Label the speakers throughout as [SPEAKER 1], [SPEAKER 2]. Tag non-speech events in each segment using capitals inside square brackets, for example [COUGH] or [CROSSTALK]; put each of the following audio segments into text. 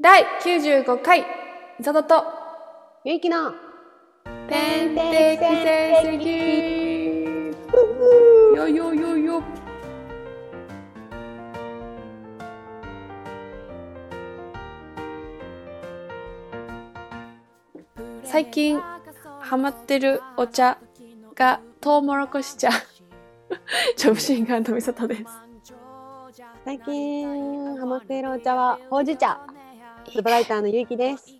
[SPEAKER 1] 第95回イザダと
[SPEAKER 2] ゆいきの
[SPEAKER 1] ペンテキセンセキよよよよ最近ハマってるお茶がトウモロコシ茶ジョブシンガーのみさとです
[SPEAKER 2] 最近ハマっているお茶はほうじ茶スブライターのゆいきです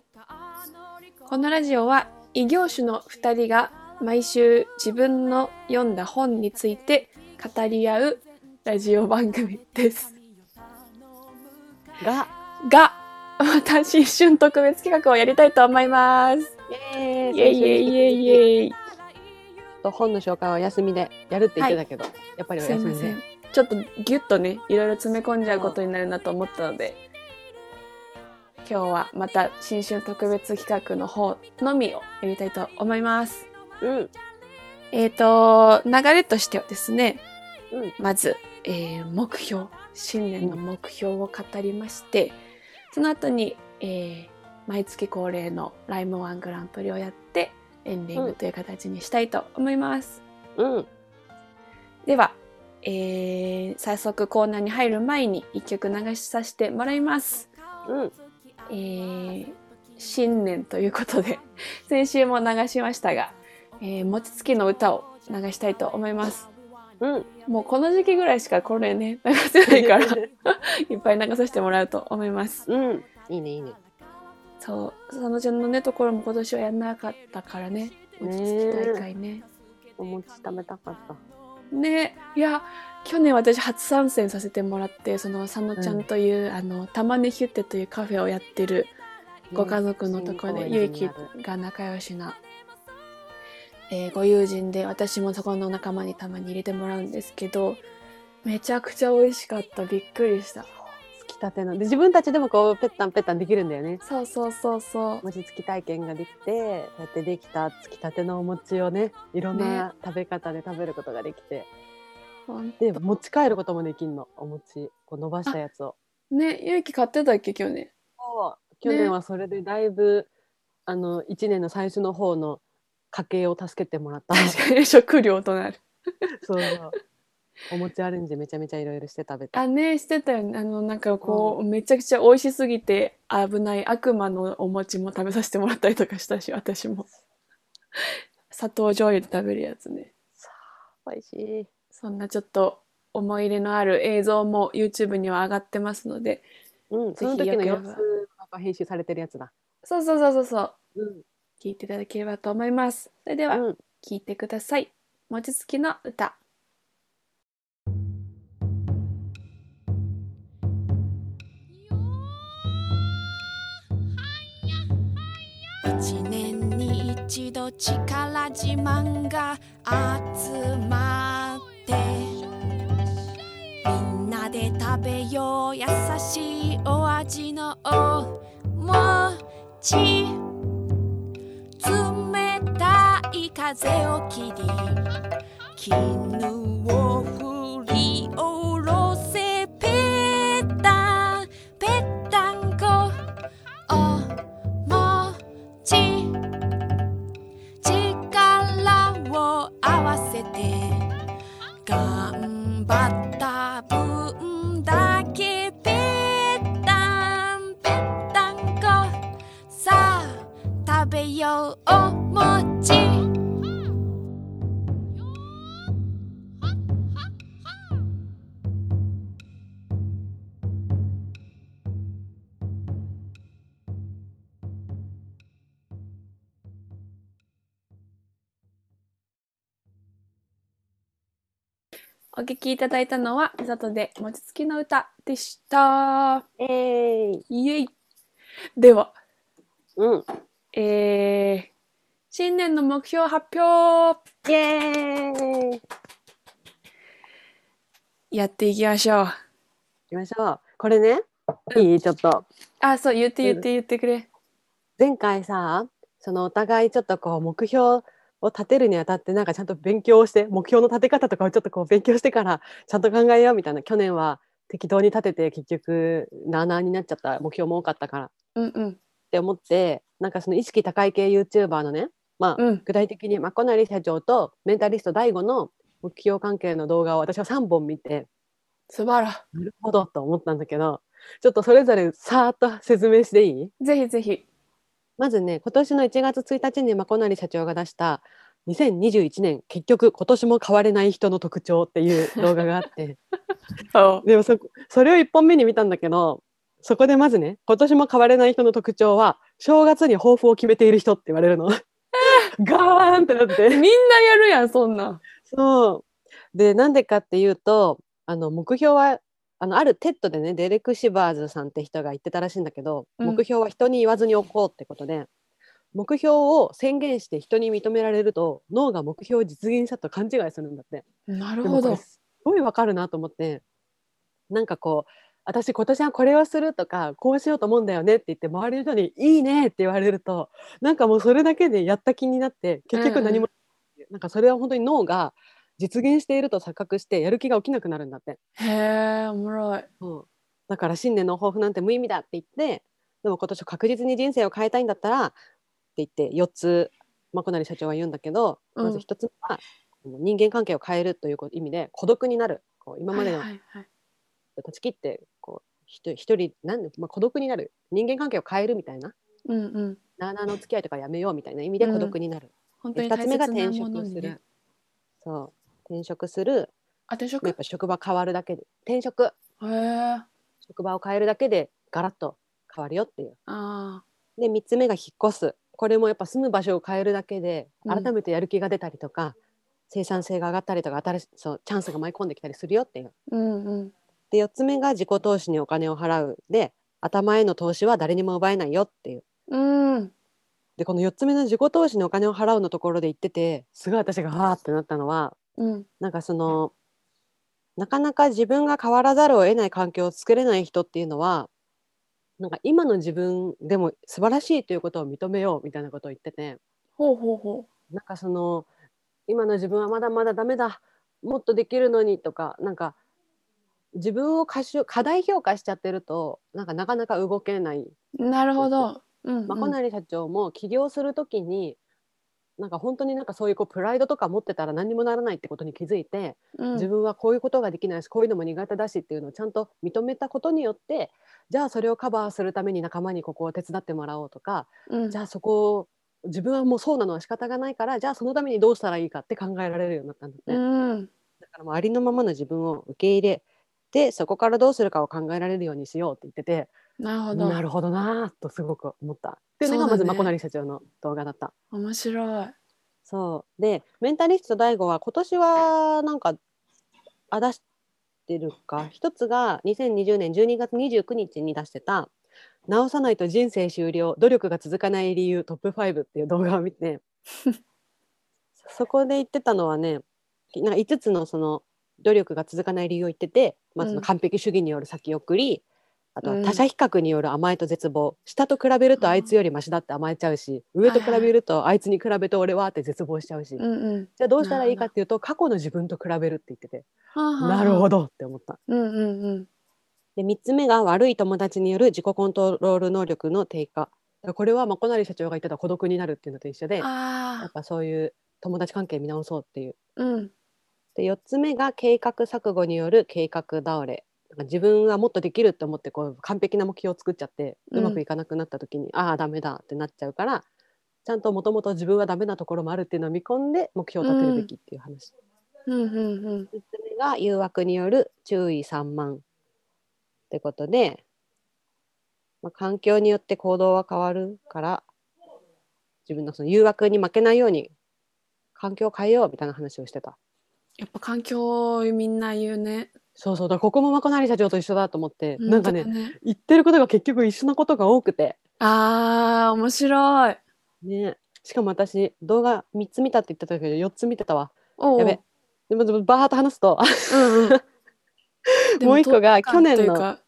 [SPEAKER 1] このラジオは異業種の2人が毎週自分の読んだ本について語り合うラジオ番組です。
[SPEAKER 2] が
[SPEAKER 1] が、また新春特別企画をやりたいと思います。
[SPEAKER 2] イエー
[SPEAKER 1] イェイイェイイ
[SPEAKER 2] イ
[SPEAKER 1] ェイイェイ。
[SPEAKER 2] と本の紹介はお休みでやるって言ってたけど、やっぱりお
[SPEAKER 1] すい
[SPEAKER 2] 休
[SPEAKER 1] ま
[SPEAKER 2] み
[SPEAKER 1] せ
[SPEAKER 2] で
[SPEAKER 1] ん。ちょっとギュッとね、いろいろ詰め込んじゃうことになるなと思ったので、今日はまた新春特別企画の方のみをやりたいと思います。
[SPEAKER 2] うん
[SPEAKER 1] えっ、と、流れとしてはですね、
[SPEAKER 2] うん
[SPEAKER 1] まず、えー目標、新年の目標を語りまして、その後に、えー毎月恒例のライムワングランプリをやって、エンディングという形にしたいと思います。
[SPEAKER 2] うん
[SPEAKER 1] では、えー早速コーナーに入る前に一曲流しさせてもらいます。
[SPEAKER 2] うん
[SPEAKER 1] えー新年ということで、 [LAUGHS] 先週も流しましたが、えー餅つきの歌を流したいと思います。
[SPEAKER 2] うん
[SPEAKER 1] もうこの時期ぐらいしかこれね、流せないから、
[SPEAKER 2] [LAUGHS]
[SPEAKER 1] いっぱい流させてもらうと思います。
[SPEAKER 2] うんいいねいいね
[SPEAKER 1] そう、佐野ちゃんのね、ところも今年はやんなかったからね、餅つき大会ね。
[SPEAKER 2] お餅食べたかった
[SPEAKER 1] ね、いや、去年私初参戦させてもらって、その佐野ちゃんという、あの、玉根ヒュッテというカフェをやってるご家族のところで、ゆいきが仲良しな、えーご友人で、私もそこの仲間にたまに入れてもらうんですけど、めちゃくちゃ美味しかった。びっくりした。
[SPEAKER 2] つきたてので自分たちでもこうペッタンペッタンできるんだよね
[SPEAKER 1] そうそうそうそう。
[SPEAKER 2] 餅つき体験ができてこうやってできたつきたてのお餅をねいろんな食べ方で食べることができて、で持ち帰ることもできんのお餅こう伸ばしたやつを
[SPEAKER 1] ね、勇気買ってたっけ、去年。
[SPEAKER 2] 去年はそれでだいぶ、あの1年の最初の方の家計を助けてもらった
[SPEAKER 1] 確かに食料となる。
[SPEAKER 2] そうそうお餅アレンジめちゃめちゃいろいろして食べて
[SPEAKER 1] あ、ね、してたよね。あの、なんかこう、めちゃくちゃ美味しすぎて危ない悪魔のお餅も食べさせてもらったりとかしたし、私も。砂糖醤油で食べるやつね。
[SPEAKER 2] 美味しい
[SPEAKER 1] そんなちょっと思い入れのある映像も YouTube には上がってますので。
[SPEAKER 2] うんその時の様子が編集されてるやつだ
[SPEAKER 1] そうそうそうそうそう。
[SPEAKER 2] うん
[SPEAKER 1] 聞いていただければと思います。それでは、
[SPEAKER 2] うん
[SPEAKER 1] 聞いてください。餅つきの歌。
[SPEAKER 3] 一年に一度力自慢が集まってみんなで食べよう優しいお味のお餅冷たい風を切り絹を振り下ろせぺったんぺったんこおもち力を合わせて頑張った分だけぺったんぺったんこさあ食べようお餅
[SPEAKER 1] お聞きいただいたのは、みさとで餅つきの歌でした。
[SPEAKER 2] えい
[SPEAKER 1] イエイ。では、
[SPEAKER 2] うん
[SPEAKER 1] えー、新年の目標発表
[SPEAKER 2] イエーイ行
[SPEAKER 1] やっていきましょう。
[SPEAKER 2] きましょうこれねいいちょっと
[SPEAKER 1] あ、そう、言って言って言ってくれ。
[SPEAKER 2] 前回さそのお互いちょっとこう目標を立てるにあたってなんかちゃんと勉強をして目標の立て方とかをちょっとこう勉強してからちゃんと考えようみたいな去年は適当に立てて結局なあなあになっちゃった目標も多かったから
[SPEAKER 1] うんうん
[SPEAKER 2] て思ってなんかその意識高い系 YouTuber のね、まあ
[SPEAKER 1] うん
[SPEAKER 2] 具体的にマコナリ社長とメンタリスト DAIGO の目標関係の動画を私は3本見て
[SPEAKER 1] 素晴ら
[SPEAKER 2] なるほどと思ったんだけどちょっとそれぞれさーっと説明していい
[SPEAKER 1] ぜひぜひ
[SPEAKER 2] まずね今年の1月1日にマコナリ社長が出した2021年結局今年も変われない人の特徴っていう動画があって
[SPEAKER 1] お
[SPEAKER 2] でもそそれを1本目に見たんだけどそこでまずね今年も変われない人の特徴は正月に抱負を決めている人って言われるの。 [LAUGHS] ガーンってなって
[SPEAKER 1] みんなやるやんそんなん
[SPEAKER 2] そう。で、なんでかっていうと、あの目標は、あのあるテッドでね、デレク・シバーズさんって人が言ってたらしいんだけど、
[SPEAKER 1] うん
[SPEAKER 2] 目標は人に言わずにおこうってことで、目標を宣言して人に認められると、脳が目標を実現したと勘違いするんだって。
[SPEAKER 1] なる
[SPEAKER 2] で
[SPEAKER 1] ほ
[SPEAKER 2] もこれ
[SPEAKER 1] ど
[SPEAKER 2] すごいわかるなと思って、なんかこう、私今年はこれをするとかこうしようと思うんだよねって言って周りの人に「いいね」って言われるとなんかもうそれだけでやった気になって結局何も、なんかそれは本当に脳が実現していると錯覚してやる気が起きなくなるんだって
[SPEAKER 1] へえおもろい
[SPEAKER 2] だから新年の抱負なんて無意味だって言ってでも今年確実に人生を変えたいんだったらって言って4つまこなり社長は言うんだけど、
[SPEAKER 1] うん
[SPEAKER 2] まず1つ目は人間関係を変えるという意味で孤独になるこう今までの
[SPEAKER 1] はいはいはい
[SPEAKER 2] 断ち切ってこうひと一人なんで、まあ、孤独になる人間関係を変えるみたいな
[SPEAKER 1] うんうん
[SPEAKER 2] なあなあの付き合いとかやめようみたいな意味で孤独になる、
[SPEAKER 1] 本当に
[SPEAKER 2] で二
[SPEAKER 1] 大
[SPEAKER 2] つ目が
[SPEAKER 1] 切な
[SPEAKER 2] 転
[SPEAKER 1] もの
[SPEAKER 2] 職
[SPEAKER 1] に
[SPEAKER 2] する、
[SPEAKER 1] ね
[SPEAKER 2] そう転職する
[SPEAKER 1] あ転職
[SPEAKER 2] やっ
[SPEAKER 1] へ
[SPEAKER 2] ぱ職場変わるだけで転職
[SPEAKER 1] え
[SPEAKER 2] 職場を変えるだけでガラッと変わるよっていう
[SPEAKER 1] あ
[SPEAKER 2] で3つ目が引っ越すこれもやっぱ住む場所を変えるだけで
[SPEAKER 1] うん
[SPEAKER 2] 改めてやる気が出たりとか、生産性が上がったりとか新しそうチャンスが舞い込んできたりするよっていう
[SPEAKER 1] ーうんうん
[SPEAKER 2] で4つ目が自己投資にお金を払うで頭への投資は誰にも奪えないよっていう
[SPEAKER 1] うん
[SPEAKER 2] でこの4つ目の自己投資にお金を払うのところで言っててすごい私がはあってなったのは
[SPEAKER 1] うん
[SPEAKER 2] なんかそのなかなか自分が変わらざるを得ない環境を作れない人っていうのはなんか今の自分でも素晴らしいということを認めようみたいなことを言ってて
[SPEAKER 1] ほうほうほ
[SPEAKER 2] なんかその今の自分はまだまだダメだもっとできるのにとかなんか自分を過小過大評価しちゃってるとなんかなかなか動けないう
[SPEAKER 1] なるほどうんうん
[SPEAKER 2] まこなり社長も起業するときになんか本当になんかそういうこうプライドとか持ってたら何にもならないってことに気づいて、
[SPEAKER 1] うん
[SPEAKER 2] 自分はこういうことができないしこういうのも苦手だしっていうのをちゃんと認めたことによってじゃあそれをカバーするために仲間にここを手伝ってもらおうとか
[SPEAKER 1] うん
[SPEAKER 2] じゃあそこを自分はもうそうなのは仕方がないからじゃあそのためにどうしたらいいかって考えられるようになったんだって、
[SPEAKER 1] うん
[SPEAKER 2] だからもうありのままの自分を受け入れてそこからどうするかを考えられるようにしようって言ってて
[SPEAKER 1] なるほど
[SPEAKER 2] なるほどなぁとすごく思ったっていうのが
[SPEAKER 1] そうだね
[SPEAKER 2] まずまこなり社長の動画だった。
[SPEAKER 1] 面白い
[SPEAKER 2] そうでメンタリスト DAIGO は今年はなんかあ出してるか一つが2020年12月29日に出してた「直さないと人生終了努力が続かない理由トップ5」っていう動画を
[SPEAKER 1] [LAUGHS]
[SPEAKER 2] 見てそこで言ってたのはねなんか5つのその努力が続かない理由を言ってて、まあ、そ
[SPEAKER 1] う
[SPEAKER 2] の
[SPEAKER 1] ん
[SPEAKER 2] 完璧主義による先送り、あと
[SPEAKER 1] う
[SPEAKER 2] は
[SPEAKER 1] ん
[SPEAKER 2] 他者比較による甘えと絶望、下と比べるとあいつよりマシだって甘えちゃうし上と比べるとあいつに比べて俺はって絶望しちゃうし、
[SPEAKER 1] うんうん
[SPEAKER 2] じゃあどうしたらいいかっていうと過去の自分と比べるって言っててなる
[SPEAKER 1] ど
[SPEAKER 2] ほどって思った。
[SPEAKER 1] うんうんうん
[SPEAKER 2] で3つ目が悪い友達による自己コントロール能力の低下だからこれはまこなり社長が言ってた孤独になるっていうのと一緒でや
[SPEAKER 1] あ
[SPEAKER 2] っぱそういう友達関係見直そうっていう。
[SPEAKER 1] あうん
[SPEAKER 2] で4つ目が計画錯誤による計画倒れなんか自分はもっとできると思ってこう完璧な目標を作っちゃって
[SPEAKER 1] うん
[SPEAKER 2] うまくいかなくなった時に、ああダメだってなっちゃうからちゃんともともと自分はダメなところもあるっていうのを見込んで目標を立てるべきっていう話、
[SPEAKER 1] うんうんうん
[SPEAKER 2] 3つ目が誘惑による注意散漫ってことで、まあ、環境によって行動は変わるから自分のその誘惑に負けないように環境を変えようみたいな話をしてた。
[SPEAKER 1] やっぱ環境みんな言うね
[SPEAKER 2] そうそうだからここもまこなり社長と一緒だと思って、なんかね
[SPEAKER 1] 本当だね
[SPEAKER 2] 言ってることが結局一緒なことが多くて、
[SPEAKER 1] ああ面白い
[SPEAKER 2] ね、しかも私動画3つ見たって言ってたけど4つ見てたわ
[SPEAKER 1] おう
[SPEAKER 2] やべでもでもバーッと話すと
[SPEAKER 1] うんうん [LAUGHS] で
[SPEAKER 2] [LAUGHS] もう一個が去年
[SPEAKER 1] という
[SPEAKER 2] の
[SPEAKER 1] か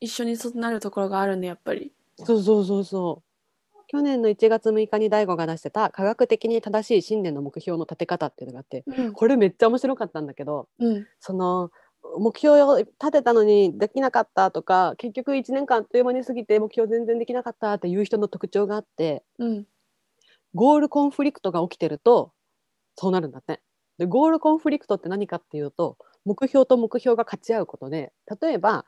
[SPEAKER 1] 一緒になるところがあるねやっぱり
[SPEAKER 2] そうそうそうそう去年の1月6日に大悟が出してた科学的に正しい信念の目標の立て方っていうのがあって
[SPEAKER 1] うん
[SPEAKER 2] これめっちゃ面白かったんだけど
[SPEAKER 1] うん
[SPEAKER 2] その目標を立てたのにできなかったとか結局1年間あっという間に過ぎて目標全然できなかったっていう人の特徴があって
[SPEAKER 1] うん。
[SPEAKER 2] ゴールコンフリクトが起きてるとそうなるんだって。でゴールコンフリクトって何かっていうと目標と目標が勝ち合うことで例えば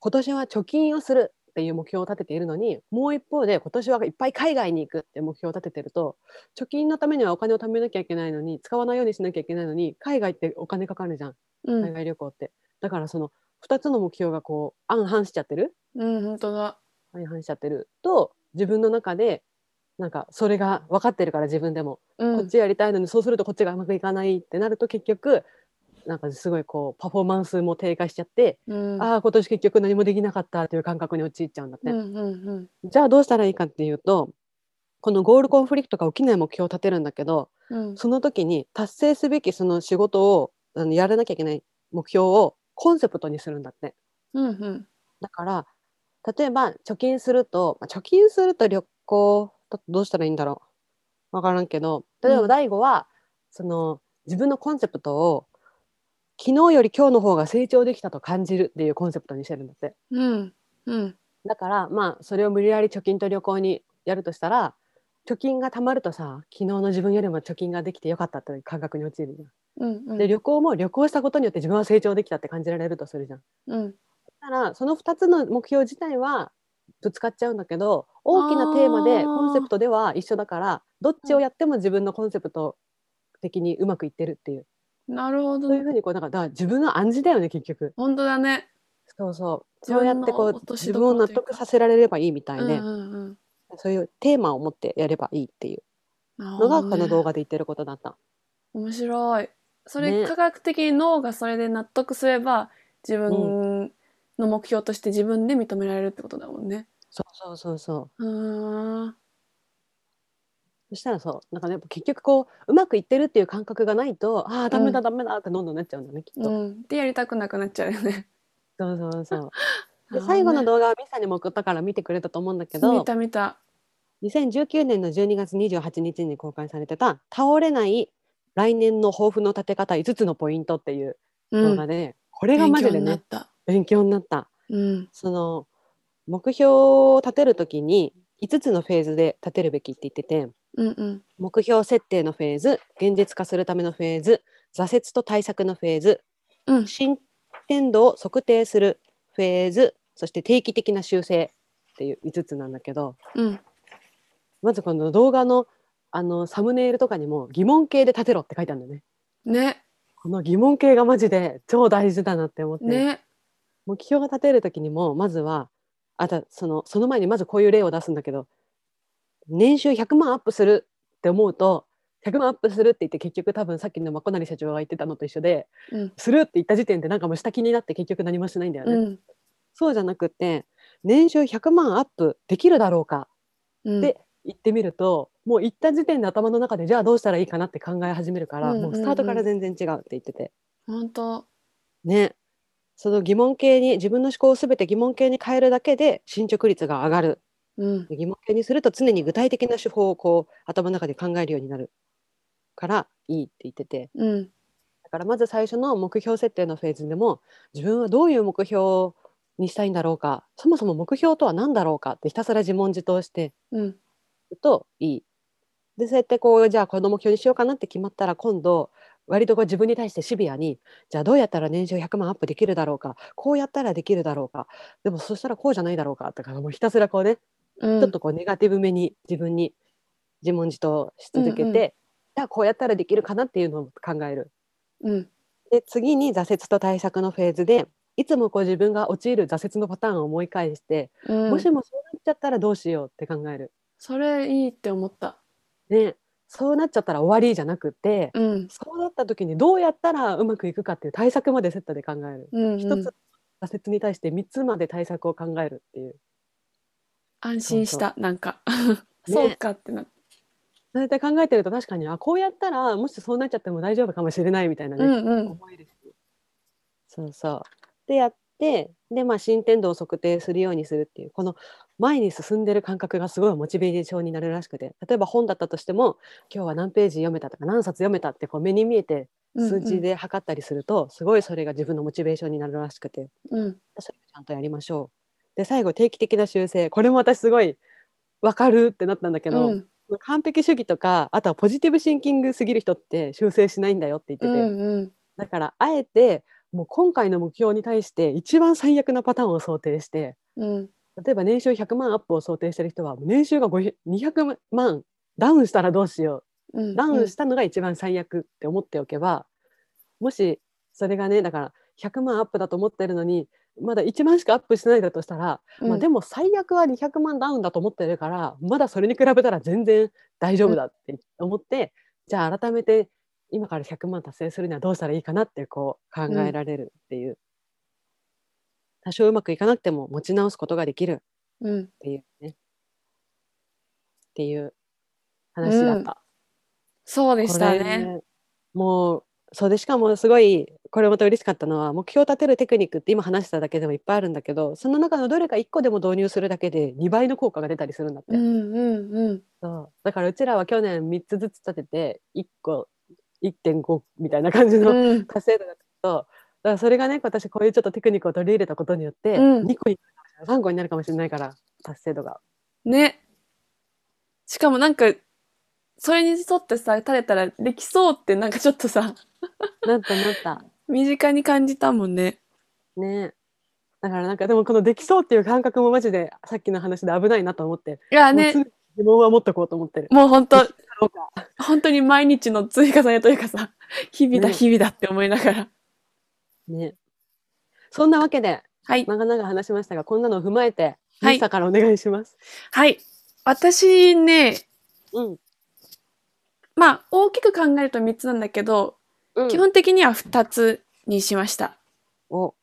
[SPEAKER 2] 今年は貯金をするっていう目標を立てているのにもう一方で今年はいっぱい海外に行くって目標を立ててると貯金のためにはお金を貯めなきゃいけないのに使わないようにしなきゃいけないのに海外ってお金かかるじゃん。
[SPEAKER 1] う
[SPEAKER 2] 海
[SPEAKER 1] ん。
[SPEAKER 2] 外旅行って、だからその2つの目標がこう相反しちゃってる
[SPEAKER 1] うん、本当だ。
[SPEAKER 2] 相反しちゃってると自分の中でなんかそれが分かってるから自分でも、
[SPEAKER 1] う
[SPEAKER 2] こっ
[SPEAKER 1] ん。
[SPEAKER 2] ちやりたいのにそうするとこっちがうまくいかないってなると結局なんかすごいこうパフォーマンスも低下しちゃって、
[SPEAKER 1] うん。
[SPEAKER 2] ああ今年結局何もできなかったっていう感覚に陥っちゃうんだって、
[SPEAKER 1] うんうんうん
[SPEAKER 2] じゃあどうしたらいいかっていうとこのゴールコンフリクトが起きない目標を立てるんだけど
[SPEAKER 1] うん。
[SPEAKER 2] その時に達成すべきその仕事をあのやらなきゃいけない目標をコンセプトにするんだって。
[SPEAKER 1] うんうん。
[SPEAKER 2] だから例えば貯金すると、まあ貯金すると旅行だとどうしたらいいんだろう分からんけど例え
[SPEAKER 1] う
[SPEAKER 2] ば
[SPEAKER 1] ん
[SPEAKER 2] 大悟は、その自分のコンセプトを昨日より今日の方が成長できたと感じるっていうコンセプトにしてるんだって
[SPEAKER 1] うん。うん。
[SPEAKER 2] だからまあそれを無理やり貯金と旅行にやるとしたら貯金が貯まるとさ昨日の自分よりも貯金ができてよかったっていう感覚に陥るじゃん
[SPEAKER 1] うん。うん
[SPEAKER 2] で旅行も旅行したことによって自分は成長できたって感じられるとするじゃん。
[SPEAKER 1] うん。
[SPEAKER 2] だからその2つの目標自体はぶつかっちゃうんだけど大きなテーマ
[SPEAKER 1] あー
[SPEAKER 2] でコンセプトでは一緒だからどっちをやっても自分のコンセプト的にうまくいってるっていう、
[SPEAKER 1] なるほど
[SPEAKER 2] そういう。ふうにこうなんかだから自分の暗示だよね結局
[SPEAKER 1] 本当だね。
[SPEAKER 2] そうそう
[SPEAKER 1] 自
[SPEAKER 2] そう
[SPEAKER 1] 分の
[SPEAKER 2] やってこう
[SPEAKER 1] 落とし
[SPEAKER 2] 自
[SPEAKER 1] ど
[SPEAKER 2] 分
[SPEAKER 1] こ
[SPEAKER 2] を
[SPEAKER 1] ろ
[SPEAKER 2] 納
[SPEAKER 1] というか
[SPEAKER 2] 得させられればいいみた
[SPEAKER 1] う
[SPEAKER 2] い
[SPEAKER 1] んう
[SPEAKER 2] で、
[SPEAKER 1] ん
[SPEAKER 2] そういうテーマを持ってやればいいっていう
[SPEAKER 1] うん。
[SPEAKER 2] のがこの動
[SPEAKER 1] 画。
[SPEAKER 2] 画で言ってることだった。
[SPEAKER 1] 面白い。それ、
[SPEAKER 2] ね
[SPEAKER 1] 科学的に脳がそれで納得すれば、自分の目標として自分で認められるってことだもんね。
[SPEAKER 2] そうそうそうそう
[SPEAKER 1] うーん。
[SPEAKER 2] そしたらそうなんかね結局こううまくいってるっていう感覚がないとああダメだダメだってどんどんなっちゃうんだねきっと。
[SPEAKER 1] うん。で、やりたくなくなっちゃうよね。
[SPEAKER 2] そうそうそう。で [LAUGHS]
[SPEAKER 1] あー
[SPEAKER 2] 最後の
[SPEAKER 1] ね
[SPEAKER 2] 動画はミサにも送ったから見てくれたと思うんだけ
[SPEAKER 1] 見
[SPEAKER 2] ど
[SPEAKER 1] た見た。
[SPEAKER 2] 2019年の12月28日に公開されてた「倒れない来年の抱負の立て方5つのポイント」っていう
[SPEAKER 1] う
[SPEAKER 2] 動
[SPEAKER 1] ん。
[SPEAKER 2] 画で、これがマジ
[SPEAKER 1] 勉強
[SPEAKER 2] で
[SPEAKER 1] になっ
[SPEAKER 2] ね
[SPEAKER 1] た。
[SPEAKER 2] 勉強になった。
[SPEAKER 1] うん。
[SPEAKER 2] その目標を立てる時に5つのフェーズで立てるべきって言ってて
[SPEAKER 1] うんうん。
[SPEAKER 2] 目標設定のフェーズ現実化するためのフェーズ挫折と対策のフェーズ
[SPEAKER 1] うん。
[SPEAKER 2] 進展度を測定するフェーズそして定期的な修正っていう5つなんだけど
[SPEAKER 1] うん。
[SPEAKER 2] まずこの動画のあのサムネイルとかにも疑問形で立てろって書いてあるんだよね。
[SPEAKER 1] ね。
[SPEAKER 2] この疑問形がマジで超大事だなって思って、
[SPEAKER 1] ね。
[SPEAKER 2] 目標が立てる時にもまずはあたそのその前にまずこういう例を出すんだけど年収100万アップするって思うと100万アップするって言って結局多分さっきのまこなり社長が言ってたのと一緒で
[SPEAKER 1] うん。
[SPEAKER 2] するって言った時点でなんかもう下気になって結局何もしないんだよね。
[SPEAKER 1] うん。
[SPEAKER 2] そうじゃなくて年収100万アップできるだろうか
[SPEAKER 1] うん。
[SPEAKER 2] で言ってみるともう言った時点で頭の中でじゃあどうしたらいいかなって考え始めるから、
[SPEAKER 1] うんうんうん
[SPEAKER 2] もうスタートから全然違うって言ってて
[SPEAKER 1] 本当。
[SPEAKER 2] ねその疑問形に自分の思考を全て疑問形に変えるだけで進捗率が上がる
[SPEAKER 1] うん。
[SPEAKER 2] 疑問形にすると常に具体的な手法をこう頭の中で考えるようになるからいいって言ってて
[SPEAKER 1] うん。
[SPEAKER 2] だからまず最初の目標設定のフェーズでも自分はどういう目標にしたいんだろうかそもそも目標とは何だろうかってひたすら自問自答して
[SPEAKER 1] うん。
[SPEAKER 2] いくといい。でそうやってこうじゃあこの目標にしようかなって決まったら今度割とこう自分に対してシビアにじゃあどうやったら年収100万アップできるだろうかこうやったらできるだろうかでもそしたらこうじゃないだろうかとかもうひたすらこうね
[SPEAKER 1] うん。
[SPEAKER 2] ちょっとこうネガティブめに自分に自問自答し続けて、
[SPEAKER 1] うんうん
[SPEAKER 2] じゃあこうやったらできるかなっていうのを考える。
[SPEAKER 1] うん。
[SPEAKER 2] で次に挫折と対策のフェーズでいつもこう自分が陥る挫折のパターンを思い返して、
[SPEAKER 1] うん。
[SPEAKER 2] もしもそうなっちゃったらどうしようって考える。
[SPEAKER 1] それいいって思った。
[SPEAKER 2] ね、そうなっちゃったら終わりじゃなくて、
[SPEAKER 1] うん。
[SPEAKER 2] そうなった時にどうやったらうまくいくかっていう対策までセットで考える。
[SPEAKER 1] うん、
[SPEAKER 2] 一、
[SPEAKER 1] うん
[SPEAKER 2] つ。挫折に対して三つまで対策を考えるっていう。
[SPEAKER 1] 安心した、なんか。
[SPEAKER 2] ね
[SPEAKER 1] そうかってなった。
[SPEAKER 2] そうやって考えてると確かにあこうやったらもしそうなっちゃっても大丈夫かもしれないみたいな
[SPEAKER 1] う
[SPEAKER 2] ね、
[SPEAKER 1] んうん。
[SPEAKER 2] 思えるし。そうそう。でやってで、まあ、進展度を測定するようにするっていうこの前に進んでる感覚がすごいモチベーションになるらしくて例えば本だったとしても今日は何ページ読めたとか何冊読めたってこう目に見えて数字で測ったりすると、すごいそれが自分のモチベーションになるらしくて
[SPEAKER 1] うん
[SPEAKER 2] それをちゃんとやりましょう。で最後定期的な修正これも私すごい分かるってなったんだけ
[SPEAKER 1] う
[SPEAKER 2] ど、
[SPEAKER 1] ん
[SPEAKER 2] 完璧主義とかあとはポジティブシンキングすぎる人って修正しないんだよって言って
[SPEAKER 1] う
[SPEAKER 2] て、
[SPEAKER 1] ん
[SPEAKER 2] だからあえてもう今回の目標に対して一番最悪なパターンを想定して
[SPEAKER 1] うん
[SPEAKER 2] 例えば年収100万アップを想定してる人は年収が500 200万ダウンしたらどうしよ
[SPEAKER 1] う
[SPEAKER 2] うんダウンしたのが一番最悪って思っておけば、もしそれがねだから100万アップだと思ってるのにまだ1万しかアップしてないだとしたら、まあ、でも最悪は200万ダウンだと思ってるからまだそれに比べたら全然大丈夫だって思って、じゃあ改めて今から100万達成するにはどうしたらいいかなってこう考えられるっていう、多少うまくいかなくても持ち直すことができる
[SPEAKER 1] うん
[SPEAKER 2] っていうねっていう話だった。
[SPEAKER 1] そうでした
[SPEAKER 2] こ
[SPEAKER 1] ね
[SPEAKER 2] れもうそうでしかもすごいこれまた嬉しかったのは目標を立てるテクニックって今話しただけでもいっぱいあるんだけどその中のどれか1個でも導入するだけで2倍の効果が出たりするんだって、
[SPEAKER 1] うんうんうん
[SPEAKER 2] そうだからうちらは去年3つずつ立てて1個1.5みたいな感じの
[SPEAKER 1] うん
[SPEAKER 2] 達成度だったけど、だからそれがね私こういうちょっとテクニックを取り入れたことによって
[SPEAKER 1] うん
[SPEAKER 2] 2個に3個になるかもしれないから達成
[SPEAKER 1] [LAUGHS]
[SPEAKER 2] 度が。
[SPEAKER 1] ねしかもなんかそれに沿ってさ垂れたらできそうってなんかちょっとさ [LAUGHS]
[SPEAKER 2] なったなった。
[SPEAKER 1] 身近に感じたもんね
[SPEAKER 2] ねだからなんかでもこのできそうっていう感覚もマジでさっきの話で危ないなと思って、
[SPEAKER 1] いや
[SPEAKER 2] もう
[SPEAKER 1] ね
[SPEAKER 2] 常に疑問は持っとこうと思ってる。
[SPEAKER 1] もう本当
[SPEAKER 2] そうか
[SPEAKER 1] 本当に毎日の追加重ねというかさ日々だ
[SPEAKER 2] ね
[SPEAKER 1] 日々だって思いながら、
[SPEAKER 2] ね。そんなわけで
[SPEAKER 1] はい
[SPEAKER 2] 長々話しましたがこんなのを踏まえて
[SPEAKER 1] はい
[SPEAKER 2] ミサからお願いします。
[SPEAKER 1] はい私ね
[SPEAKER 2] うん
[SPEAKER 1] まあ大きく考えると3つなんだけど、
[SPEAKER 2] うん
[SPEAKER 1] 基本的には2つにしました
[SPEAKER 2] お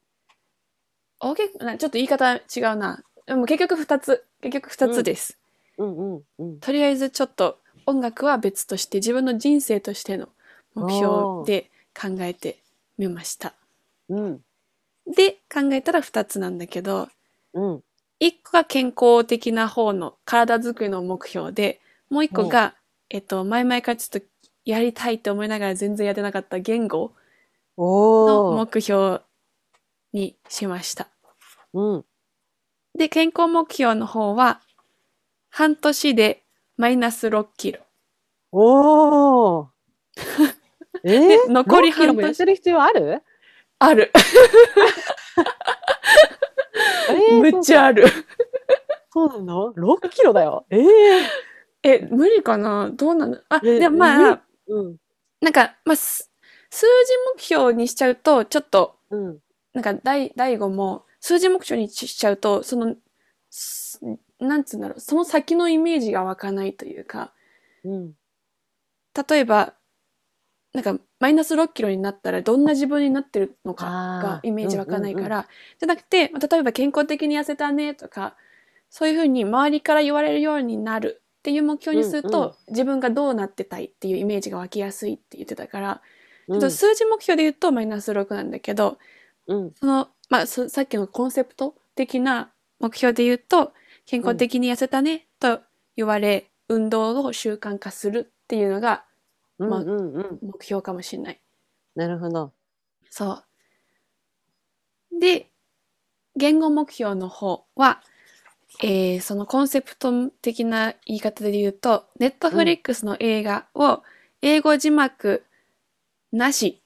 [SPEAKER 1] 大きくなちょっと言い方違うなでも結局2つ結局2つです、
[SPEAKER 2] うんうんうん
[SPEAKER 1] とりあえずちょっと音楽は別として自分の人生としての目標で考えてみました
[SPEAKER 2] うん
[SPEAKER 1] で考えたら2つなんだけど
[SPEAKER 2] うん
[SPEAKER 1] 1個が健康的な方の体づくりの目標でもう1個が、えっと、前々からちょっとやりたいと思いながら全然やってなかった言語の
[SPEAKER 2] おお
[SPEAKER 1] 目標にしました
[SPEAKER 2] うん
[SPEAKER 1] で健康目標の方は半年でマイナス6キロ
[SPEAKER 2] おお [LAUGHS] えー、
[SPEAKER 1] 残り半年
[SPEAKER 2] 何キロもやってる必要ある？
[SPEAKER 1] ある
[SPEAKER 2] えー
[SPEAKER 1] めっちゃある
[SPEAKER 2] そうなの？六キロだよ。ええ
[SPEAKER 1] え、無理かなどうなのあ、
[SPEAKER 2] え
[SPEAKER 1] でも
[SPEAKER 2] 無
[SPEAKER 1] ま
[SPEAKER 2] 理
[SPEAKER 1] あ、
[SPEAKER 2] うん
[SPEAKER 1] なんか、まあ、す数字目標にしちゃうと、ちょっと、
[SPEAKER 2] うん
[SPEAKER 1] なんか、第、第五も、数字目標にしちゃうと、その、すなんつうんだろう、その先のイメージが湧かないというか、
[SPEAKER 2] うん
[SPEAKER 1] 例えば、なんか、マイナス6キロになったら、どんな自分になってるのかが
[SPEAKER 2] あー
[SPEAKER 1] イメージ湧かないから、
[SPEAKER 2] うんうん
[SPEAKER 1] じゃなくて、まあ例えば健康的に痩せたねとか、そういうふうに周りから言われるようになるっていう目標にすると、
[SPEAKER 2] うんうん
[SPEAKER 1] 自分がどうなってたいっていうイメージが湧きやすいって言ってたから、
[SPEAKER 2] うん
[SPEAKER 1] ちょっと数字目標で言うとマイナス6なんだけど、
[SPEAKER 2] うん
[SPEAKER 1] その、まあ、そさっきのコンセプト的な目標で言うと、健康的に痩せたねと言われ、運動を習慣化するっていうのが
[SPEAKER 2] うん
[SPEAKER 1] まあ
[SPEAKER 2] うんうん
[SPEAKER 1] 目標かもしれない。
[SPEAKER 2] なるほど。
[SPEAKER 1] そう。で、言語目標の方は、えーそのコンセプト的な言い方で言うと、ネットフリックスの映画を英語字幕なし、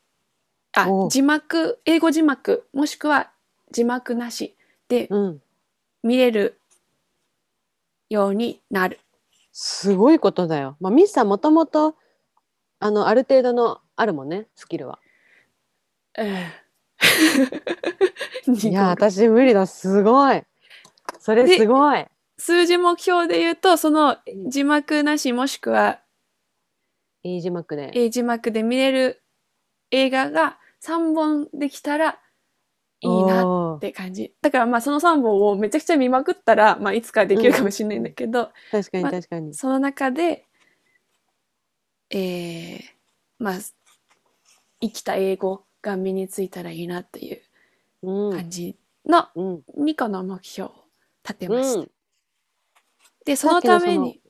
[SPEAKER 1] あ
[SPEAKER 2] お、う
[SPEAKER 1] 字幕、英語字幕、もしくは字幕なしで
[SPEAKER 2] うん。
[SPEAKER 1] 見れるようになる。
[SPEAKER 2] すごいことだよ。まあ、ミスさんもともと、あの、ある程度の、あるもんね、スキルは。いや、私無理だ、すごい。それ
[SPEAKER 1] です
[SPEAKER 2] ごい。
[SPEAKER 1] 数字目標で言うと、その字幕なしもしくは
[SPEAKER 2] いい字幕で。
[SPEAKER 1] えー字幕で見れる映画が3本できたらいいなっ
[SPEAKER 2] おー
[SPEAKER 1] て感じ。だからまあその3本をめちゃくちゃ見まくったら、まあいつかできるかもしれないんだけど、
[SPEAKER 2] 確かに、
[SPEAKER 1] ま
[SPEAKER 2] 確かに。
[SPEAKER 1] その中で、えー、まあ、生きた英語が身についたらいいなっていう
[SPEAKER 2] うん。
[SPEAKER 1] 感じの
[SPEAKER 2] うん。
[SPEAKER 1] 2個の目標を立てま
[SPEAKER 2] う
[SPEAKER 1] した。
[SPEAKER 2] ん。
[SPEAKER 1] で、そのため
[SPEAKER 2] さっきのそ
[SPEAKER 1] に、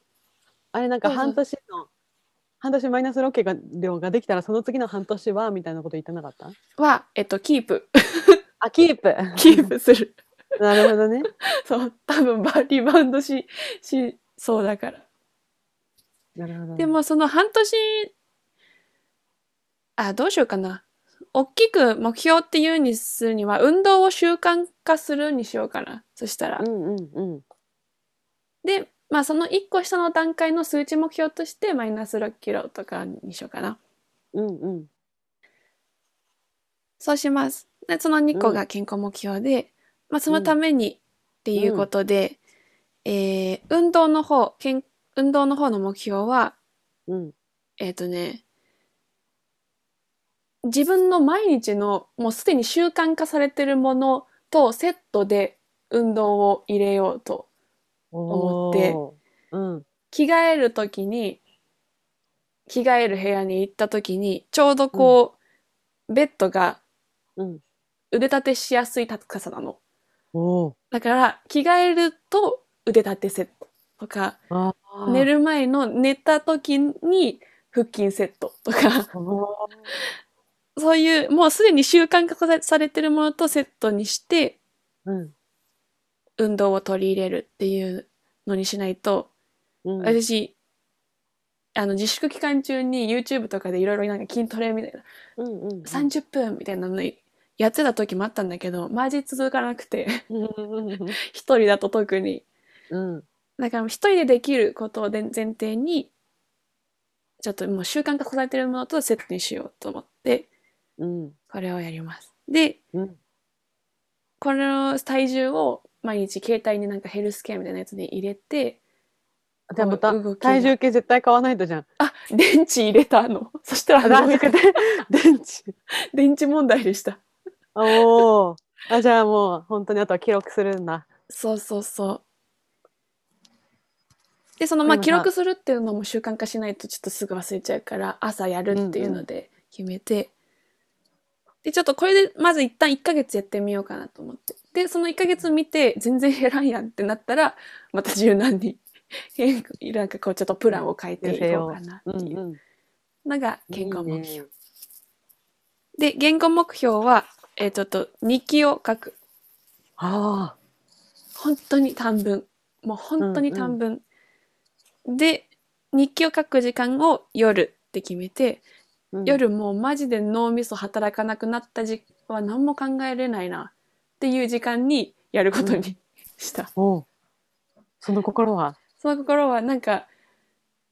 [SPEAKER 2] あれなんか
[SPEAKER 1] そうそう
[SPEAKER 2] 半年の半年マイナスロケが量ができたらその次の半年はみたいなこと言ってなかった
[SPEAKER 1] は、えっと、キープ、
[SPEAKER 2] あキープ
[SPEAKER 1] キ [LAUGHS] ープする。
[SPEAKER 2] なるほどね
[SPEAKER 1] そう、多分バ [LAUGHS] リバウンドし、し、そうだから。
[SPEAKER 2] なるほど
[SPEAKER 1] でもその半年あどうしようかな大きく目標っていうにするには運動を習慣化するにしようかなそしたら、
[SPEAKER 2] うんうんうん
[SPEAKER 1] でまあその1個下の段階の数値目標としてマイナス6キロとかにしようかな
[SPEAKER 2] うんうん
[SPEAKER 1] そうしますでその2個が健康目標で、まあそのためにっていうことで、えー運動の方健運動の方の目標は
[SPEAKER 2] うん
[SPEAKER 1] えっ、とね、自分の毎日のもうすでに習慣化されてるものとセットで運動を入れようと。思って
[SPEAKER 2] おーうん
[SPEAKER 1] 着替える時に、着替える部屋に行った時に、ちょうどこう、ベッドが
[SPEAKER 2] うん
[SPEAKER 1] 腕立てしやすい高さなの。
[SPEAKER 2] おー
[SPEAKER 1] だから、着替えると腕立てセットとか、
[SPEAKER 2] あー
[SPEAKER 1] 寝る前の寝た時に腹筋セットとか。
[SPEAKER 2] おー
[SPEAKER 1] そういう、もうすでに習慣化されてるものとセットにして、
[SPEAKER 2] うん
[SPEAKER 1] 運動を取り入れるっていうのにしないと、
[SPEAKER 2] うん
[SPEAKER 1] 私、あの、自粛期間中に YouTube とかでいろいろなんか筋トレみたいな、
[SPEAKER 2] うんうん
[SPEAKER 1] 30分みたいなのやってた時もあったんだけど、マジ続かなくて、 [LAUGHS] 一人だと特に。
[SPEAKER 2] うん
[SPEAKER 1] だから一人でできることをで前提に、ちょっともう習慣化されてるものとセットにしようと思って、
[SPEAKER 2] うん
[SPEAKER 1] これをやります。で、
[SPEAKER 2] うん
[SPEAKER 1] この体重を毎日携帯になんかヘルスケアみたいなやつに入れて [LAUGHS]
[SPEAKER 2] じゃあまた
[SPEAKER 1] こう動きが
[SPEAKER 2] 体重計絶対買わないとじゃん。
[SPEAKER 1] あ電池入れたのそしたら
[SPEAKER 2] あ
[SPEAKER 1] あの
[SPEAKER 2] じゃなくて電池。
[SPEAKER 1] [LAUGHS] 電池問題でした
[SPEAKER 2] あおーあじゃあもう本当にあとは記録するんだ。
[SPEAKER 1] そうそうそうでそのまあ
[SPEAKER 2] でもさ
[SPEAKER 1] 記録するっていうのも習慣化しないとちょっとすぐ忘れちゃうから朝やるっていうので決めて、でちょっとこれでまず一旦1ヶ月やってみようかなと思ってでその1ヶ月見て全然減らんやんってなったらまた柔軟に [LAUGHS] 変なんかこうちょっとプランを変えていこうかなっていうのが健康目標。
[SPEAKER 2] 標。
[SPEAKER 1] で、言語目標は、えっ、とと、日記を書く。
[SPEAKER 2] ああ
[SPEAKER 1] 本当に短文。もう本当に短文。で、日記を書く時間を夜って決めて、
[SPEAKER 2] うん
[SPEAKER 1] 夜もうマジで脳みそ働かなくなった時は何も考えれないなっていう時間にやることにした。
[SPEAKER 2] おうその心は。
[SPEAKER 1] その心はなんか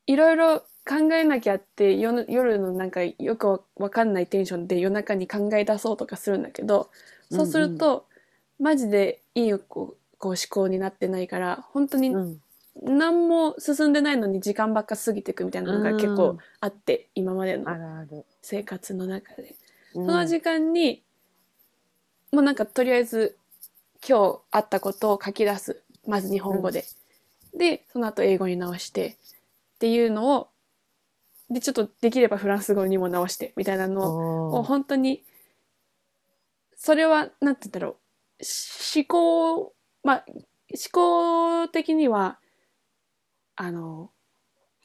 [SPEAKER 1] いろいろ考えなきゃって夜夜のなんかよくわかんないテンションで夜中に考え出そうとかするんだけどそうすると、マジでいいこうこう思考になってないから本当に
[SPEAKER 2] うん
[SPEAKER 1] 何も進んでないのに時間ばっか過ぎていくみたいなのが結
[SPEAKER 2] う
[SPEAKER 1] 構
[SPEAKER 2] ん
[SPEAKER 1] あって、今まで
[SPEAKER 2] あ
[SPEAKER 1] の
[SPEAKER 2] るある。
[SPEAKER 1] 生活の中で。
[SPEAKER 2] そ
[SPEAKER 1] その時間に、もうなんかとりあえず今日あったことを書き出す。まず日本語で。で、その後英語に直してっていうのを、で、ちょっとできればフランス語にも直してみたいなのを、もう
[SPEAKER 2] を
[SPEAKER 1] 本当に、それは、なんて言うんだろう。し思考、まあ、思考的には、あの、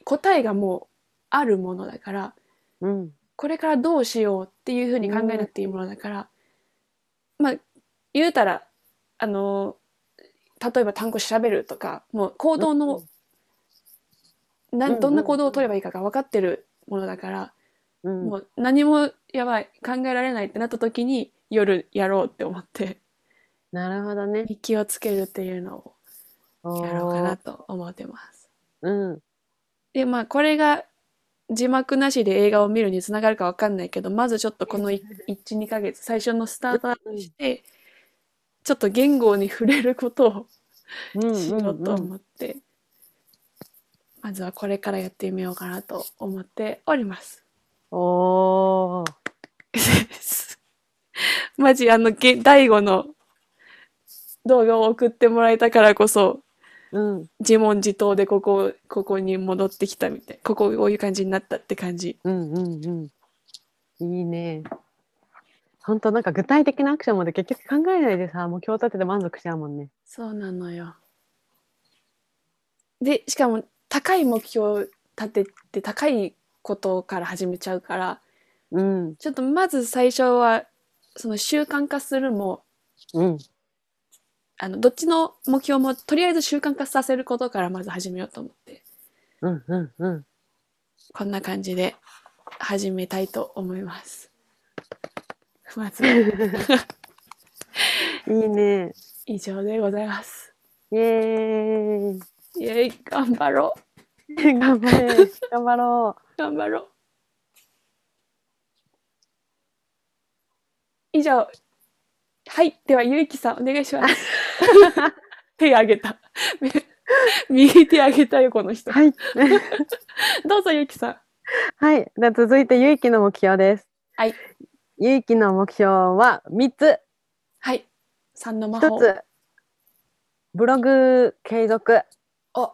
[SPEAKER 1] 答えがもうあるものだから、
[SPEAKER 2] うん
[SPEAKER 1] これからどうしようっていうふうに考えなくていいものだから、まあ言うたらあの例えば単語調べるとかもう行動の、なん
[SPEAKER 2] うん
[SPEAKER 1] どんな行動を取ればいいかが分かってるものだから、
[SPEAKER 2] うん
[SPEAKER 1] もう何もやばい考えられないってなった時に夜やろうって思って
[SPEAKER 2] なるほどね。
[SPEAKER 1] 日記をつけるっていうのをやろうかなと思ってます。
[SPEAKER 2] うん
[SPEAKER 1] でまあこれが字幕なしで映画を見るにつながるか分かんないけどまずちょっとこの12ヶ月最初のスタートアップして、ちょっと言語に触れること
[SPEAKER 2] うんう
[SPEAKER 1] を
[SPEAKER 2] ん
[SPEAKER 1] しようと
[SPEAKER 2] うん
[SPEAKER 1] 思って、まずはこれからやってみようかなと思っております。
[SPEAKER 2] おー
[SPEAKER 1] [LAUGHS] マジあのげ第5の動画を送ってもらえたからこそ
[SPEAKER 2] うん
[SPEAKER 1] 自問自答でここここに戻ってきたみたいこここういう感じになったって感じ。
[SPEAKER 2] うんうんうん。いいね。本当なんか具体的なアクションまで結局考えないでさ、もう今日立てて満足しちゃうもんね。
[SPEAKER 1] そうなのよ。でしかも高い目標を立てて高いことから始めちゃうから
[SPEAKER 2] うん
[SPEAKER 1] ちょっとまず最初はその習慣化するも
[SPEAKER 2] うん
[SPEAKER 1] あのどっちの目標もとりあえず習慣化させることからまず始めようと思って
[SPEAKER 2] うんうんうん
[SPEAKER 1] こんな感じで始めたいと思います。まずは
[SPEAKER 2] いいね
[SPEAKER 1] 以上でございます。
[SPEAKER 2] イエーイ
[SPEAKER 1] イエイ頑張ろう
[SPEAKER 2] [LAUGHS] 頑張れ頑張ろ
[SPEAKER 1] 頑張ろう以上はいではゆいきさんお願いし [LAUGHS] ます手挙げた [LAUGHS] め右手挙げたよこの人
[SPEAKER 2] うはい [LAUGHS]
[SPEAKER 1] どうぞゆいきさん
[SPEAKER 2] はいでは続いてゆいきの目標です
[SPEAKER 1] はい
[SPEAKER 2] ゆいきの目標は三つ
[SPEAKER 1] はい三の魔
[SPEAKER 2] 一
[SPEAKER 1] 法
[SPEAKER 2] つブログ継続
[SPEAKER 1] お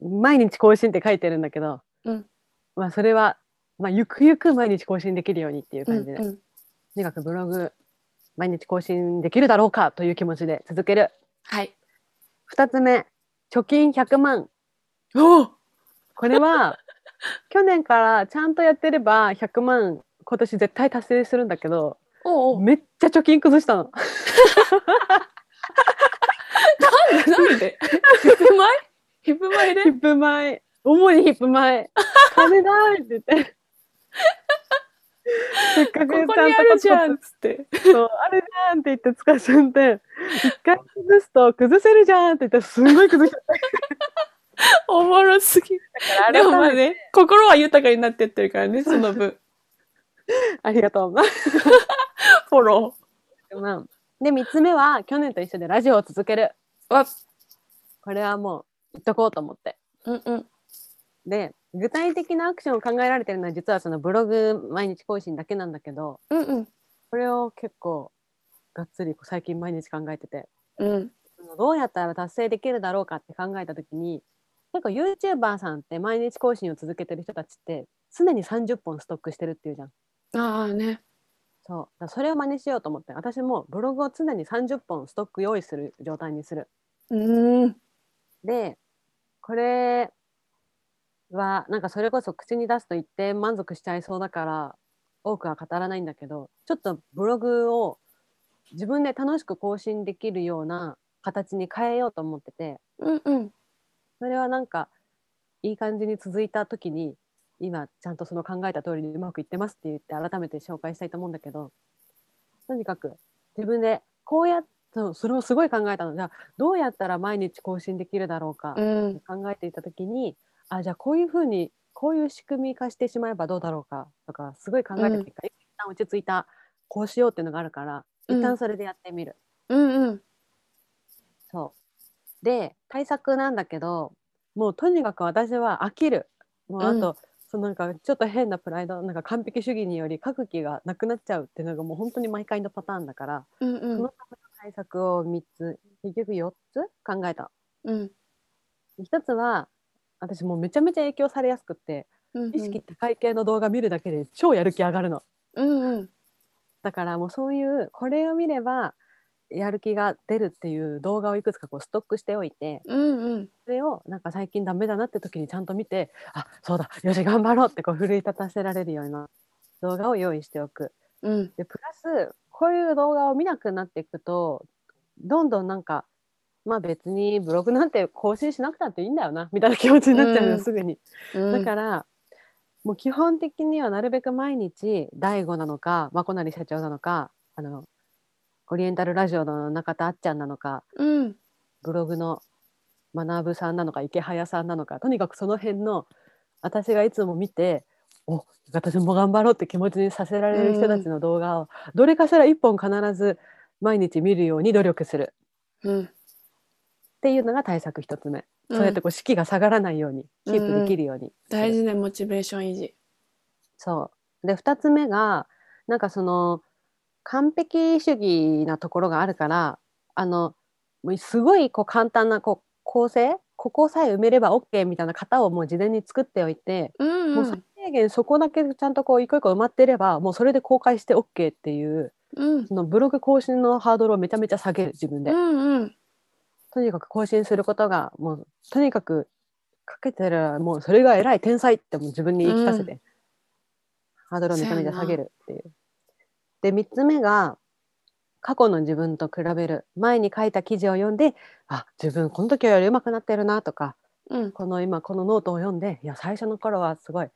[SPEAKER 2] 毎日更新って書いてるんだけど、
[SPEAKER 1] うん
[SPEAKER 2] まあそれは、まあ、ゆくゆく毎日更新できるようにっていう
[SPEAKER 1] うん
[SPEAKER 2] 感じで、
[SPEAKER 1] うん
[SPEAKER 2] とにかくブログ毎日更新できるだろうかという気持ちで続ける
[SPEAKER 1] はい
[SPEAKER 2] 2つ目貯金100万
[SPEAKER 1] おお
[SPEAKER 2] こ
[SPEAKER 1] [LAUGHS]
[SPEAKER 2] れは去年からちゃんとやってれば100万今年絶対達成するんだけど
[SPEAKER 1] おうおう
[SPEAKER 2] めっちゃ貯金崩したの
[SPEAKER 1] [LAUGHS] なんでなん [LAUGHS] でヒップマイヒップマイで
[SPEAKER 2] ヒップ前主にヒッ
[SPEAKER 1] [LAUGHS]
[SPEAKER 2] プ前金だーって言ってせっかくちゃん
[SPEAKER 1] こ
[SPEAKER 2] と
[SPEAKER 1] こにあるじゃんっつって
[SPEAKER 2] そうあるじゃんって言って使っちゃって一回崩すと崩せるじゃんって言ってすごい崩しちゃっ
[SPEAKER 1] [LAUGHS] おもろすぎ
[SPEAKER 2] たから
[SPEAKER 1] でもまあ
[SPEAKER 2] 改めて
[SPEAKER 1] ね心は豊かになってってるからねそ [LAUGHS] の分
[SPEAKER 2] ありがとう
[SPEAKER 1] フォロ
[SPEAKER 2] まあ、で3つ目は去年と一緒でラジオを続ける
[SPEAKER 1] ーは
[SPEAKER 2] これはもう言っとこうと思って
[SPEAKER 1] うんうん
[SPEAKER 2] で具体的なアクションを考えられてるのは実はそのブログ毎日更新だけなんだけど
[SPEAKER 1] うん
[SPEAKER 2] これを結構がっつり最近毎日考えてて
[SPEAKER 1] うんうん
[SPEAKER 2] そのどうやったら達成できるだろうかって考えた時に結構 YouTuber さんって毎日更新を続けてる人たちって常に30本ストックしてるっていうじゃん。
[SPEAKER 1] ああね
[SPEAKER 2] そうだからそれを真似しようと思って私もブログを常に30本ストック用意する状態にする。
[SPEAKER 1] うーん
[SPEAKER 2] でこれはなんかそれこそ口に出すと一定満足しちゃいそうだから多くは語らないんだけどちょっとブログを自分で楽しく更新できるような形に変えようと思ってて
[SPEAKER 1] うんうん
[SPEAKER 2] それはなんかいい感じに続いた時に今ちゃんとその考えた通りにうまくいってますって言って改めて紹介したいと思うんだけどとにかく自分でこうやっそうそれをすごい考えたのじゃあどうやったら毎日更新できるだろうか、
[SPEAKER 1] うん
[SPEAKER 2] 考えていた時にあじゃあこういうふうにこういう仕組み化してしまえばどうだろうかとかすごい考えた結果、一旦落ち着いたこうしようっていうのがあるから
[SPEAKER 1] うん
[SPEAKER 2] 一旦それでやってみる。
[SPEAKER 1] うんうん
[SPEAKER 2] そうで対策なんだけどもうとにかく私は飽きるもうあと、そのなんかちょっと変なプライドなんか完璧主義により書く気がなくなっちゃうっていうのがもう本当に毎回のパターンだから
[SPEAKER 1] うんうん
[SPEAKER 2] 対策を3つ結局4つ考えた。
[SPEAKER 1] うん
[SPEAKER 2] 一つは私もうめちゃめちゃ影響されやすくって
[SPEAKER 1] うん
[SPEAKER 2] 意識高い系の動画見るだけで超やる気上がるの
[SPEAKER 1] うんうん
[SPEAKER 2] だからもうそういうこれを見ればやる気が出るっていう動画をいくつかこうストックしておいて
[SPEAKER 1] うんうん
[SPEAKER 2] それをなんか最近ダメだなって時にちゃんと見てあそうだよし頑張ろうってこう奮い立たせられるような動画を用意しておく
[SPEAKER 1] うん
[SPEAKER 2] でプラスこういう動画を見なくなっていくとどんどんなんかまあ別にブログなんて更新しなくたっていいんだよなみたいな気持ちになっちゃうよ、
[SPEAKER 1] うん
[SPEAKER 2] すぐに
[SPEAKER 1] うん
[SPEAKER 2] だから、もう基本的にはなるべく毎日大悟なのかまこなり社長なのかあのオリエンタルラジオの中田あっちゃんなのか
[SPEAKER 1] うん
[SPEAKER 2] ブログの学ぶさんなのか池早さんなのかとにかくその辺の私がいつも見てお私も頑張ろうって気持ちにさせられる人たちの動画をどれかしら1本必ず毎日見るように努力する
[SPEAKER 1] うん
[SPEAKER 2] っていうのが対策1つ目、
[SPEAKER 1] うん
[SPEAKER 2] そうやってこう士気が下がらないようにキープできるように、
[SPEAKER 1] 大事ねモチベーション維持
[SPEAKER 2] そう。で、二つ目が、なんかその、完璧主義なところがあるから、あの、もうすごいこう簡単なこう構成、ここさえ埋めれば OK みたいな型をもう事前に作っておいて、
[SPEAKER 1] うん
[SPEAKER 2] も
[SPEAKER 1] う
[SPEAKER 2] う最
[SPEAKER 1] ん
[SPEAKER 2] 低限そこだけちゃんとこう一個一個埋まってれば、もうそれで公開して OK っていう、
[SPEAKER 1] うん
[SPEAKER 2] そのブログ更新のハードルをめちゃめちゃ下げる、自分で。
[SPEAKER 1] うんうん
[SPEAKER 2] とにかく更新することがもうとにかくかけてるもうそれが偉い天才ってもう自分に言い聞かせて、ハードルをめちゃめちゃ下げるっていう。で3つ目が過去の自分と比べる前に書いた記事を読んであ自分この時より上手くなってるなとか
[SPEAKER 1] うん。
[SPEAKER 2] この今このノートを読んでいや最初の頃はすごい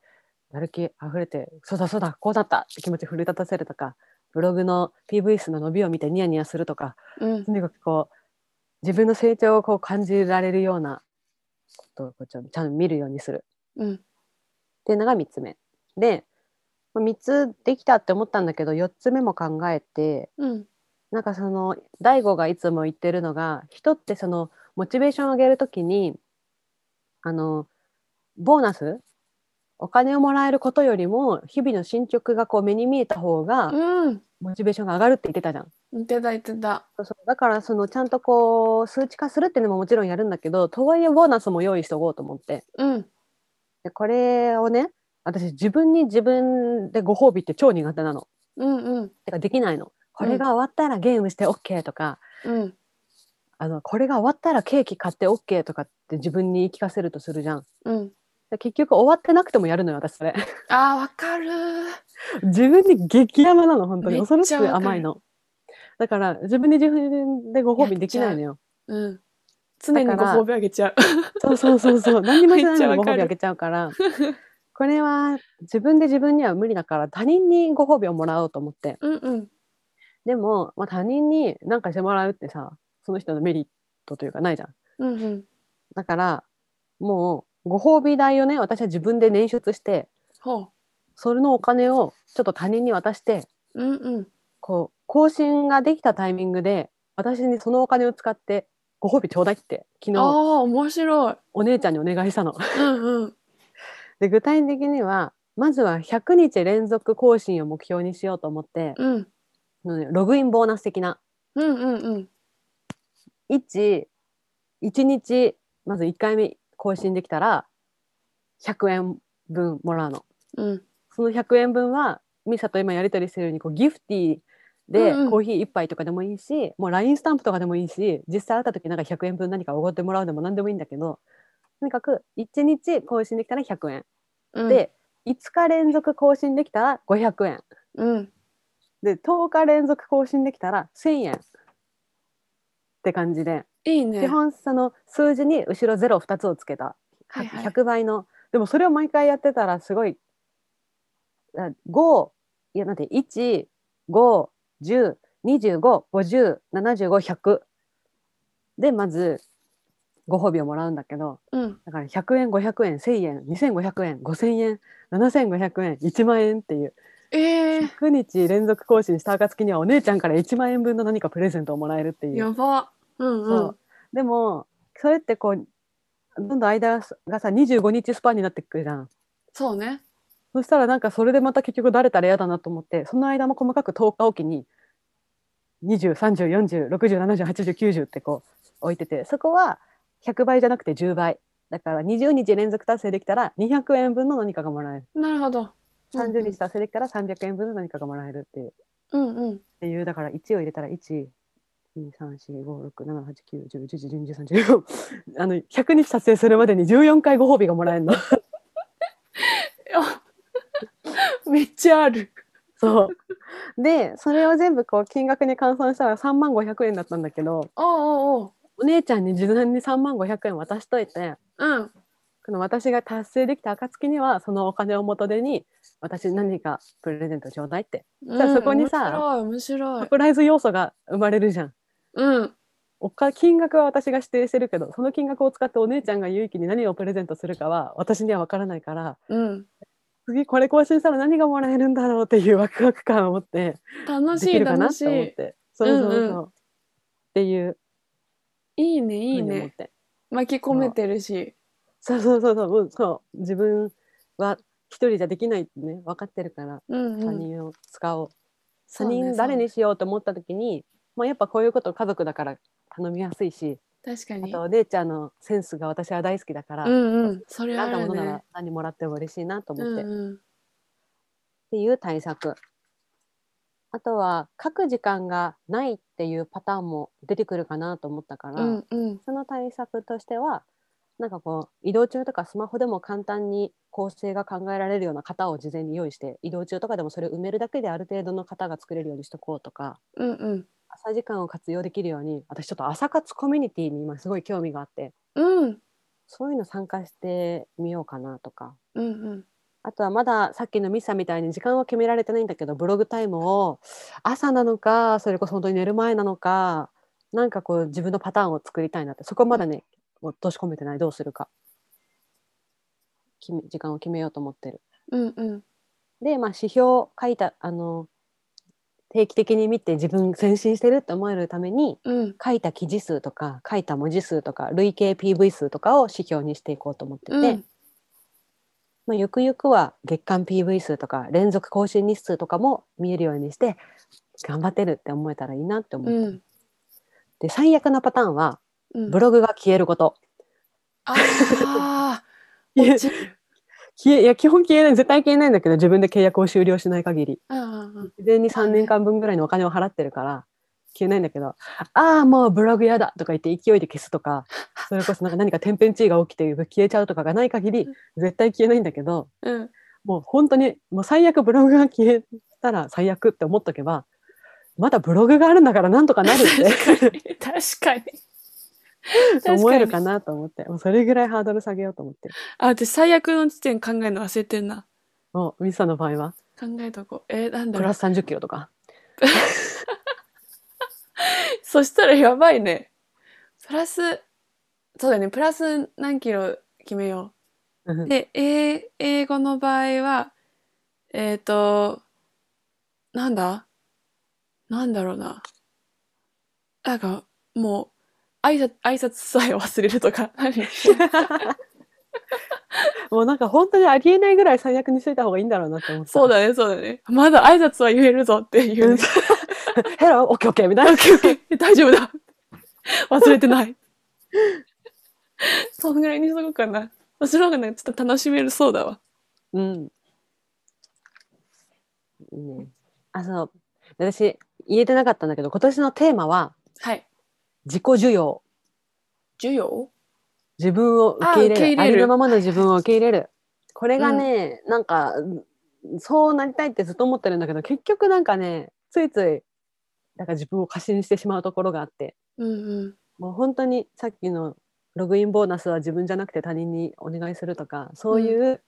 [SPEAKER 2] やる気あふれてそうだそうだこうだったって気持ち奮い立たせるとかブログの PV 数の伸びを見てニヤニヤするとか
[SPEAKER 1] うん
[SPEAKER 2] と。にかくこう自分の成長をこう感じられるようなことをこうちゃんちゃんと見るようにする
[SPEAKER 1] うん。
[SPEAKER 2] っていうのが3つ目で3つできたって思ったんだけど4つ目も考えて
[SPEAKER 1] うん。
[SPEAKER 2] なんかその大悟がいつも言ってるのが人ってそのモチベーションを上げるときにあのボーナスお金をもらえることよりも日々の進捗がこう目に見えた方が
[SPEAKER 1] うん。
[SPEAKER 2] モチベーションが上がるって言ってたじゃん。
[SPEAKER 1] いただいてた。
[SPEAKER 2] そうそうだからそのちゃんとこう数値化するっていうのももちろんやるんだけどとはいえボーナスも用意しておこうと思って
[SPEAKER 1] うん。
[SPEAKER 2] でこれをね私自分に自分でご褒美って超苦手なの
[SPEAKER 1] うん。うん。
[SPEAKER 2] てかできないのこれが終わったらゲームして OK とか、
[SPEAKER 1] うん。
[SPEAKER 2] あのこれが終わったらケーキ買って OK とかって自分に言い聞かせるとするじゃん
[SPEAKER 1] うん。
[SPEAKER 2] で結局終わってなくてもやるのよ私それ [LAUGHS]
[SPEAKER 1] あー、わかる。
[SPEAKER 2] 自分に激甘なの本当
[SPEAKER 1] め
[SPEAKER 2] に
[SPEAKER 1] っちゃ
[SPEAKER 2] 恐
[SPEAKER 1] わ
[SPEAKER 2] ろ
[SPEAKER 1] かる
[SPEAKER 2] しく甘いのだから自分に自分でご褒美できないのよ
[SPEAKER 1] うん。常にご褒美あげちゃう。
[SPEAKER 2] そうそうそうそう。何にもしないの
[SPEAKER 1] め
[SPEAKER 2] にご
[SPEAKER 1] っちゃわかる
[SPEAKER 2] 褒美あげちゃうから。これは自分で自分には無理だから他人にご褒美をもらおうと思って。
[SPEAKER 1] うんうん。
[SPEAKER 2] でも、まあ、他人に何かしてもらうってさ、その人のメリットというかないじゃん。
[SPEAKER 1] うんうん。
[SPEAKER 2] だから、もうご褒美代をね、私は自分で捻出して、
[SPEAKER 1] ほう。
[SPEAKER 2] それのお金をちょっと他人に渡して、
[SPEAKER 1] うんうん。
[SPEAKER 2] こう、更新ができたタイミングで、私にそのお金を使って、ご褒美ちょうだいって、昨
[SPEAKER 1] ああ
[SPEAKER 2] 日、
[SPEAKER 1] ー、面白い。
[SPEAKER 2] お姉ちゃんにお願いしたの。
[SPEAKER 1] うんうん。
[SPEAKER 2] で具体的にはまずは100日連続更新を目標にしようと思って、
[SPEAKER 1] うん。
[SPEAKER 2] うんログインボーナス的な
[SPEAKER 1] うんうんうん。
[SPEAKER 2] 11日まず1回目更新できたら100円分もらうの
[SPEAKER 1] うん。
[SPEAKER 2] その100円分はミサと今やり取りしてるようにこうギフティーで
[SPEAKER 1] うんうん
[SPEAKER 2] コーヒー1杯とかでもいいし、もう LINE スタンプとかでもいいし実際会った時なんか100円分何かおごってもらうでも何でもいいんだけどとにかく1日更新できたら100円
[SPEAKER 1] うん、
[SPEAKER 2] で、5日連続更新できたら500円
[SPEAKER 1] うん。
[SPEAKER 2] で10日連続更新できたら1,000円って感じで
[SPEAKER 1] いいね。
[SPEAKER 2] 基本その数字に後ろ02つをつけた
[SPEAKER 1] はいはい。
[SPEAKER 2] 100倍のでもそれを毎回やってたらすごいあ5いやなんて151025255075100でまずご褒美をもらうんだけど
[SPEAKER 1] うん。
[SPEAKER 2] だから100円500円1,000円2500円5,000円7500円1万円っていう [LAUGHS]
[SPEAKER 1] ええー、
[SPEAKER 2] 100日連続更新した暁にはお姉ちゃんから1万円分の何かプレゼントをもらえるっていう。
[SPEAKER 1] やば。うんう
[SPEAKER 2] そ
[SPEAKER 1] ん
[SPEAKER 2] う。でもそれってこうどんどん間がさ25日スパンになってくるじゃん。
[SPEAKER 1] そうね。
[SPEAKER 2] そしたらなんかそれでまた結局だれたら嫌だなと思ってその間も細かく10日おきに20304060708090ってこう置いててそこは100倍じゃなくて10倍だから20日連続達成できたら200円分の何かがもらえる
[SPEAKER 1] なるほど。
[SPEAKER 2] 30日達成できたら300円分の何かがもらえるっていう。
[SPEAKER 1] うんうん。
[SPEAKER 2] っていうだから1を入れたら1。2 3 4 5 6 7 8 9 1 0 1 1 1 2 1 3 1 4 [LAUGHS] あの100日達成するまでに14回ご褒美がもらえるの
[SPEAKER 1] めっちゃある。
[SPEAKER 2] そうでそれを全部こう金額に換算したら3万500円だったんだけど
[SPEAKER 1] おうおうおう。
[SPEAKER 2] お姉ちゃんに事前に3万500円渡しといて
[SPEAKER 1] うん。
[SPEAKER 2] この私が達成できた暁にはそのお金を元手に私何かプレゼントちょうだいってじゃあそこにさ
[SPEAKER 1] うん面白い、
[SPEAKER 2] サ
[SPEAKER 1] 面白い。
[SPEAKER 2] プライズ要素が生まれるじゃん。
[SPEAKER 1] うん。
[SPEAKER 2] おか金額は私が指定してるけどその金額を使ってお姉ちゃんが結城に何をプレゼントするかは私には分からないから
[SPEAKER 1] うん。
[SPEAKER 2] 次これ更新したら何がもらえるんだろうっていうワクワク感を持って
[SPEAKER 1] 楽し
[SPEAKER 2] でき
[SPEAKER 1] い、
[SPEAKER 2] るかな
[SPEAKER 1] 楽
[SPEAKER 2] っ
[SPEAKER 1] して
[SPEAKER 2] 思っ
[SPEAKER 1] い。
[SPEAKER 2] てそうそうそう、
[SPEAKER 1] うんう
[SPEAKER 2] っていう
[SPEAKER 1] いいね、
[SPEAKER 2] ふう
[SPEAKER 1] い
[SPEAKER 2] に
[SPEAKER 1] い
[SPEAKER 2] 思っ
[SPEAKER 1] ね。
[SPEAKER 2] て
[SPEAKER 1] 巻き込めてるし。
[SPEAKER 2] そうそうそうそううんそう自分は一人じゃできないってね分かってるから
[SPEAKER 1] うん
[SPEAKER 2] 他
[SPEAKER 1] うん。
[SPEAKER 2] 人を使おう、他
[SPEAKER 1] そうね
[SPEAKER 2] 人誰にしようと思った時に、まあ、やっぱこういうこと家族だから頼みやすいし
[SPEAKER 1] 確か
[SPEAKER 2] あ
[SPEAKER 1] に
[SPEAKER 2] と。お姉ちゃんのセンスが私は大好きだから。
[SPEAKER 1] うんうん。それあ
[SPEAKER 2] 選んだ
[SPEAKER 1] る
[SPEAKER 2] ものな
[SPEAKER 1] ね
[SPEAKER 2] ら。何もらっても嬉しいなと
[SPEAKER 1] う
[SPEAKER 2] 思って、
[SPEAKER 1] ん
[SPEAKER 2] っ
[SPEAKER 1] うん。
[SPEAKER 2] ていう対策あとは書く時間がないっていうパターンも出てくるかなと思ったから、
[SPEAKER 1] うんうん
[SPEAKER 2] その対策としてはなんかこう移動中とかスマホでも簡単に構成が考えられるような型を事前に用意して移動中とかでもそれを埋めるだけである程度の型が作れるようにしとこうとか
[SPEAKER 1] うんうん
[SPEAKER 2] 朝時間を活用できるように私ちょっと朝活コミュニティに今すごい興味があって
[SPEAKER 1] うん
[SPEAKER 2] そういうの参加してみようかなとか
[SPEAKER 1] うんうん
[SPEAKER 2] あとはまださっきのミサみたいに時間は決められてないんだけどブログタイムを朝なのかそれこそ本当に寝る前なのかなんかこう自分のパターンを作りたいなってそこまだね落とし込めてないどうするか決め時間を決めようと思ってる。
[SPEAKER 1] うんうん
[SPEAKER 2] で、まあ、指標を書いたあの定期的に見て自分前進してるって思えるために
[SPEAKER 1] うん
[SPEAKER 2] 書いた記事数とか書いた文字数とか累計 PV 数とかを指標にしていこうと思ってて。
[SPEAKER 1] うん
[SPEAKER 2] まあ、ゆくゆくは月間 PV 数とか連続更新日数とかも見えるようにして頑張ってるって思えたらいいなって思って、
[SPEAKER 1] うん
[SPEAKER 2] で最悪なパターンは
[SPEAKER 1] うん
[SPEAKER 2] ブログが消えること、
[SPEAKER 1] あー
[SPEAKER 2] [LAUGHS] いや
[SPEAKER 1] 落ちる
[SPEAKER 2] 消えいや基本消えない絶対消えないんだけど自分で契約を終了しない限り
[SPEAKER 1] うんうんうん
[SPEAKER 2] 事前に3年間分ぐらいのお金を払ってるから消えないんだけどああもうブログやだとか言って勢いで消すとかそれこそなんか何か天変地異が起きて消えちゃうとかがない限り絶対消えないんだけど、
[SPEAKER 1] うん
[SPEAKER 2] もう本当にもう最悪ブログが消えたら最悪って思っとけばまだブログがあるんだからなんとかな [LAUGHS] るっ
[SPEAKER 1] 確かに
[SPEAKER 2] て思えるかなと思ってもうそれぐらいハードル下げようと思って
[SPEAKER 1] あ私最悪の時点考えるの忘れてんな
[SPEAKER 2] もうミサの場合は
[SPEAKER 1] 考えとこうえー、なんだ
[SPEAKER 2] プ
[SPEAKER 1] ろ
[SPEAKER 2] ラ
[SPEAKER 1] う
[SPEAKER 2] ス3 0キロとか
[SPEAKER 1] そしたらやばいねプラスそうだねプラス何キロ決めよ
[SPEAKER 2] うん
[SPEAKER 1] うで英英語の場合はえっ、ー、となんだなんだろうななんかもう挨拶挨拶さえ忘れるとか [LAUGHS] 何
[SPEAKER 2] [LAUGHS] もうなんか本当にありえないぐらい最悪にしといた方がいいんだろうなって思って
[SPEAKER 1] そうだねそうだねまだ挨拶は言えるぞっていう、ね、 [LAUGHS]
[SPEAKER 2] ヘローオッケーオッケーみたいな
[SPEAKER 1] 大丈夫だ忘れてない [LAUGHS] そんぐらいにしとこうかなその方がねちょっと楽しめるそうだわ
[SPEAKER 2] うんいいねあそう私言えてなかったんだけど今年のテーマは
[SPEAKER 1] はい
[SPEAKER 2] 自己需要
[SPEAKER 1] 需要
[SPEAKER 2] 自分を受け入れ
[SPEAKER 1] あ
[SPEAKER 2] る
[SPEAKER 1] 受け入れる
[SPEAKER 2] ありのままの自分を受け入れるこれがね、なんかそうなりたいってずっと思ってるんだけど結局なんかねついついなんか自分を過信してしまうところがあって
[SPEAKER 1] うんうん
[SPEAKER 2] もう本当にさっきのログインボーナスは自分じゃなくて他人にお願いするとかそういう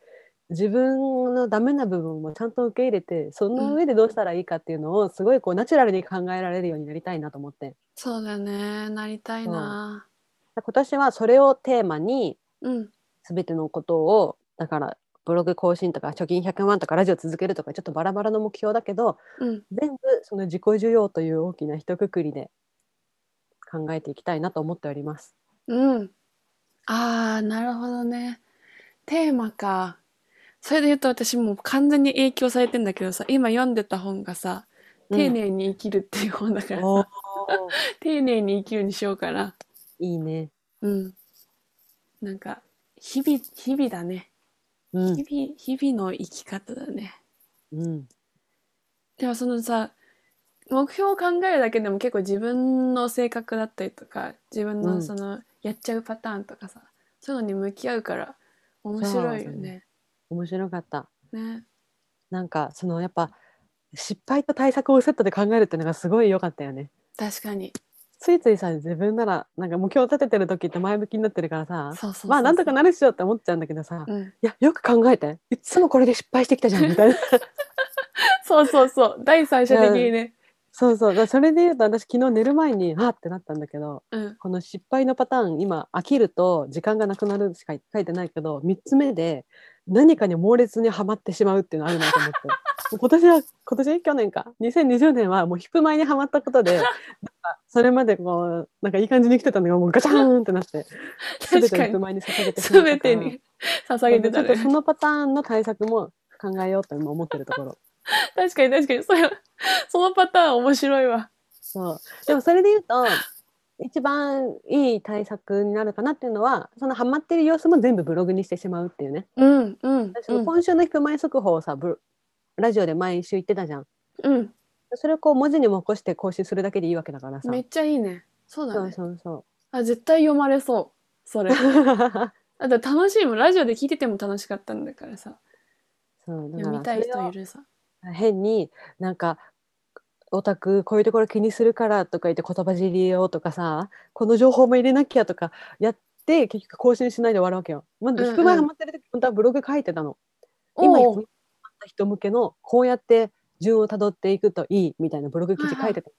[SPEAKER 2] 自分のダメな部分もちゃんと受け入れてその上でどうしたらいいかっていうのをすごいこうナチュラルに考えられるようになりたいなと思って
[SPEAKER 1] そうだねなりたいな
[SPEAKER 2] 今年はそれをテーマに
[SPEAKER 1] うん
[SPEAKER 2] 全てのことをだからブログ更新とか貯金100万とかラジオ続けるとかちょっとバラバラの目標だけど
[SPEAKER 1] うん
[SPEAKER 2] 全部その自己需要という大きな一括りで考えていきたいなと思っております。
[SPEAKER 1] うんあーなるほどねテーマかそれで言うと私もう完全に影響されてんだけどさ今読んでた本がさ「丁寧に生きる」っていう本だからさ、
[SPEAKER 2] おー
[SPEAKER 1] 丁寧に生きるにしようかない
[SPEAKER 2] いね。
[SPEAKER 1] うん。なんか、日々、日々だね。
[SPEAKER 2] うん、
[SPEAKER 1] 日々、日々の生き方だね。
[SPEAKER 2] うん、
[SPEAKER 1] でもそのさ、目標を考えるだけでも結構自分の性格だったりとか、自分
[SPEAKER 2] う
[SPEAKER 1] の
[SPEAKER 2] ん
[SPEAKER 1] その、やっちゃうパターンとかさ、そういうのに向き合うから、面白いよね。
[SPEAKER 2] 面白かった。
[SPEAKER 1] ね。
[SPEAKER 2] なんかそのやっぱ失敗と対策をセットで考えるっていうのがすごい良かったよね。
[SPEAKER 1] 確かに。
[SPEAKER 2] ついついさ自分ならなんか目標を立ててる時って前向きになってるから
[SPEAKER 1] そ
[SPEAKER 2] さ
[SPEAKER 1] うそうそうそう
[SPEAKER 2] まあなんとかなるっしょって思っちゃうんだけどさ、
[SPEAKER 1] うん。
[SPEAKER 2] いやよく考えていつもこれで失敗してきたじゃんみたいな [LAUGHS]
[SPEAKER 1] そうそうそう。第三者的にね。
[SPEAKER 2] そうそうだからそれで言うと私昨日寝る前にあってなったんだけど
[SPEAKER 1] うん。
[SPEAKER 2] この失敗のパターン今飽きると時間がなくなるしか書いてないけど3つ目で何かに猛烈にはまってしまうっていうのあるなと思って [LAUGHS] もう今年は今年去年か2020年はもう引く前にはまったことで [LAUGHS] なんかそれまでこうなんかいい感じに来てたのがもうガチャーンってなって全
[SPEAKER 1] 確
[SPEAKER 2] て
[SPEAKER 1] か
[SPEAKER 2] の引く
[SPEAKER 1] に。
[SPEAKER 2] 前に捧げ
[SPEAKER 1] す
[SPEAKER 2] てしまったから
[SPEAKER 1] べてに捧げてた
[SPEAKER 2] ちょっとそ
[SPEAKER 1] ね。
[SPEAKER 2] のパターンの対策も考えようと今思ってるところ。
[SPEAKER 1] 確かに確かに。それそのパターン面白いわ。
[SPEAKER 2] そうでもそれで言うと一番いい対策になるかなっていうのはそのハマってる様子も全部ブログにしてしまうっていうね、
[SPEAKER 1] うん、うん。
[SPEAKER 2] 私も今週の引く前速報をさブロラジオで毎週言ってたじゃん
[SPEAKER 1] うん。
[SPEAKER 2] それをこう文字にも起こして更新するだけでいいわけだからさ
[SPEAKER 1] めっちゃいいね。そうだ
[SPEAKER 2] そう
[SPEAKER 1] ね。
[SPEAKER 2] そうそ
[SPEAKER 1] あ、絶対読まれそう。
[SPEAKER 2] [LAUGHS]
[SPEAKER 1] それ。
[SPEAKER 2] う
[SPEAKER 1] だって楽しいもん。ラジオで聞いてても楽しかったんだからさ。
[SPEAKER 2] そうだ
[SPEAKER 1] 読
[SPEAKER 2] から
[SPEAKER 1] みたい人い
[SPEAKER 2] る
[SPEAKER 1] るさ。
[SPEAKER 2] 変になんかオタクこういうところ気にするからとか言って言葉尻をとかさこの情報も入れなきゃとかやって結局更新しないで終わるわけよ。ま
[SPEAKER 1] うんう
[SPEAKER 2] ず
[SPEAKER 1] ん
[SPEAKER 2] 引く前ハマってる時本当はブログ書いてたの。今
[SPEAKER 1] おお。
[SPEAKER 2] 人向けのこうやって順をたどっていくといいみたいなブログ記事書いてた、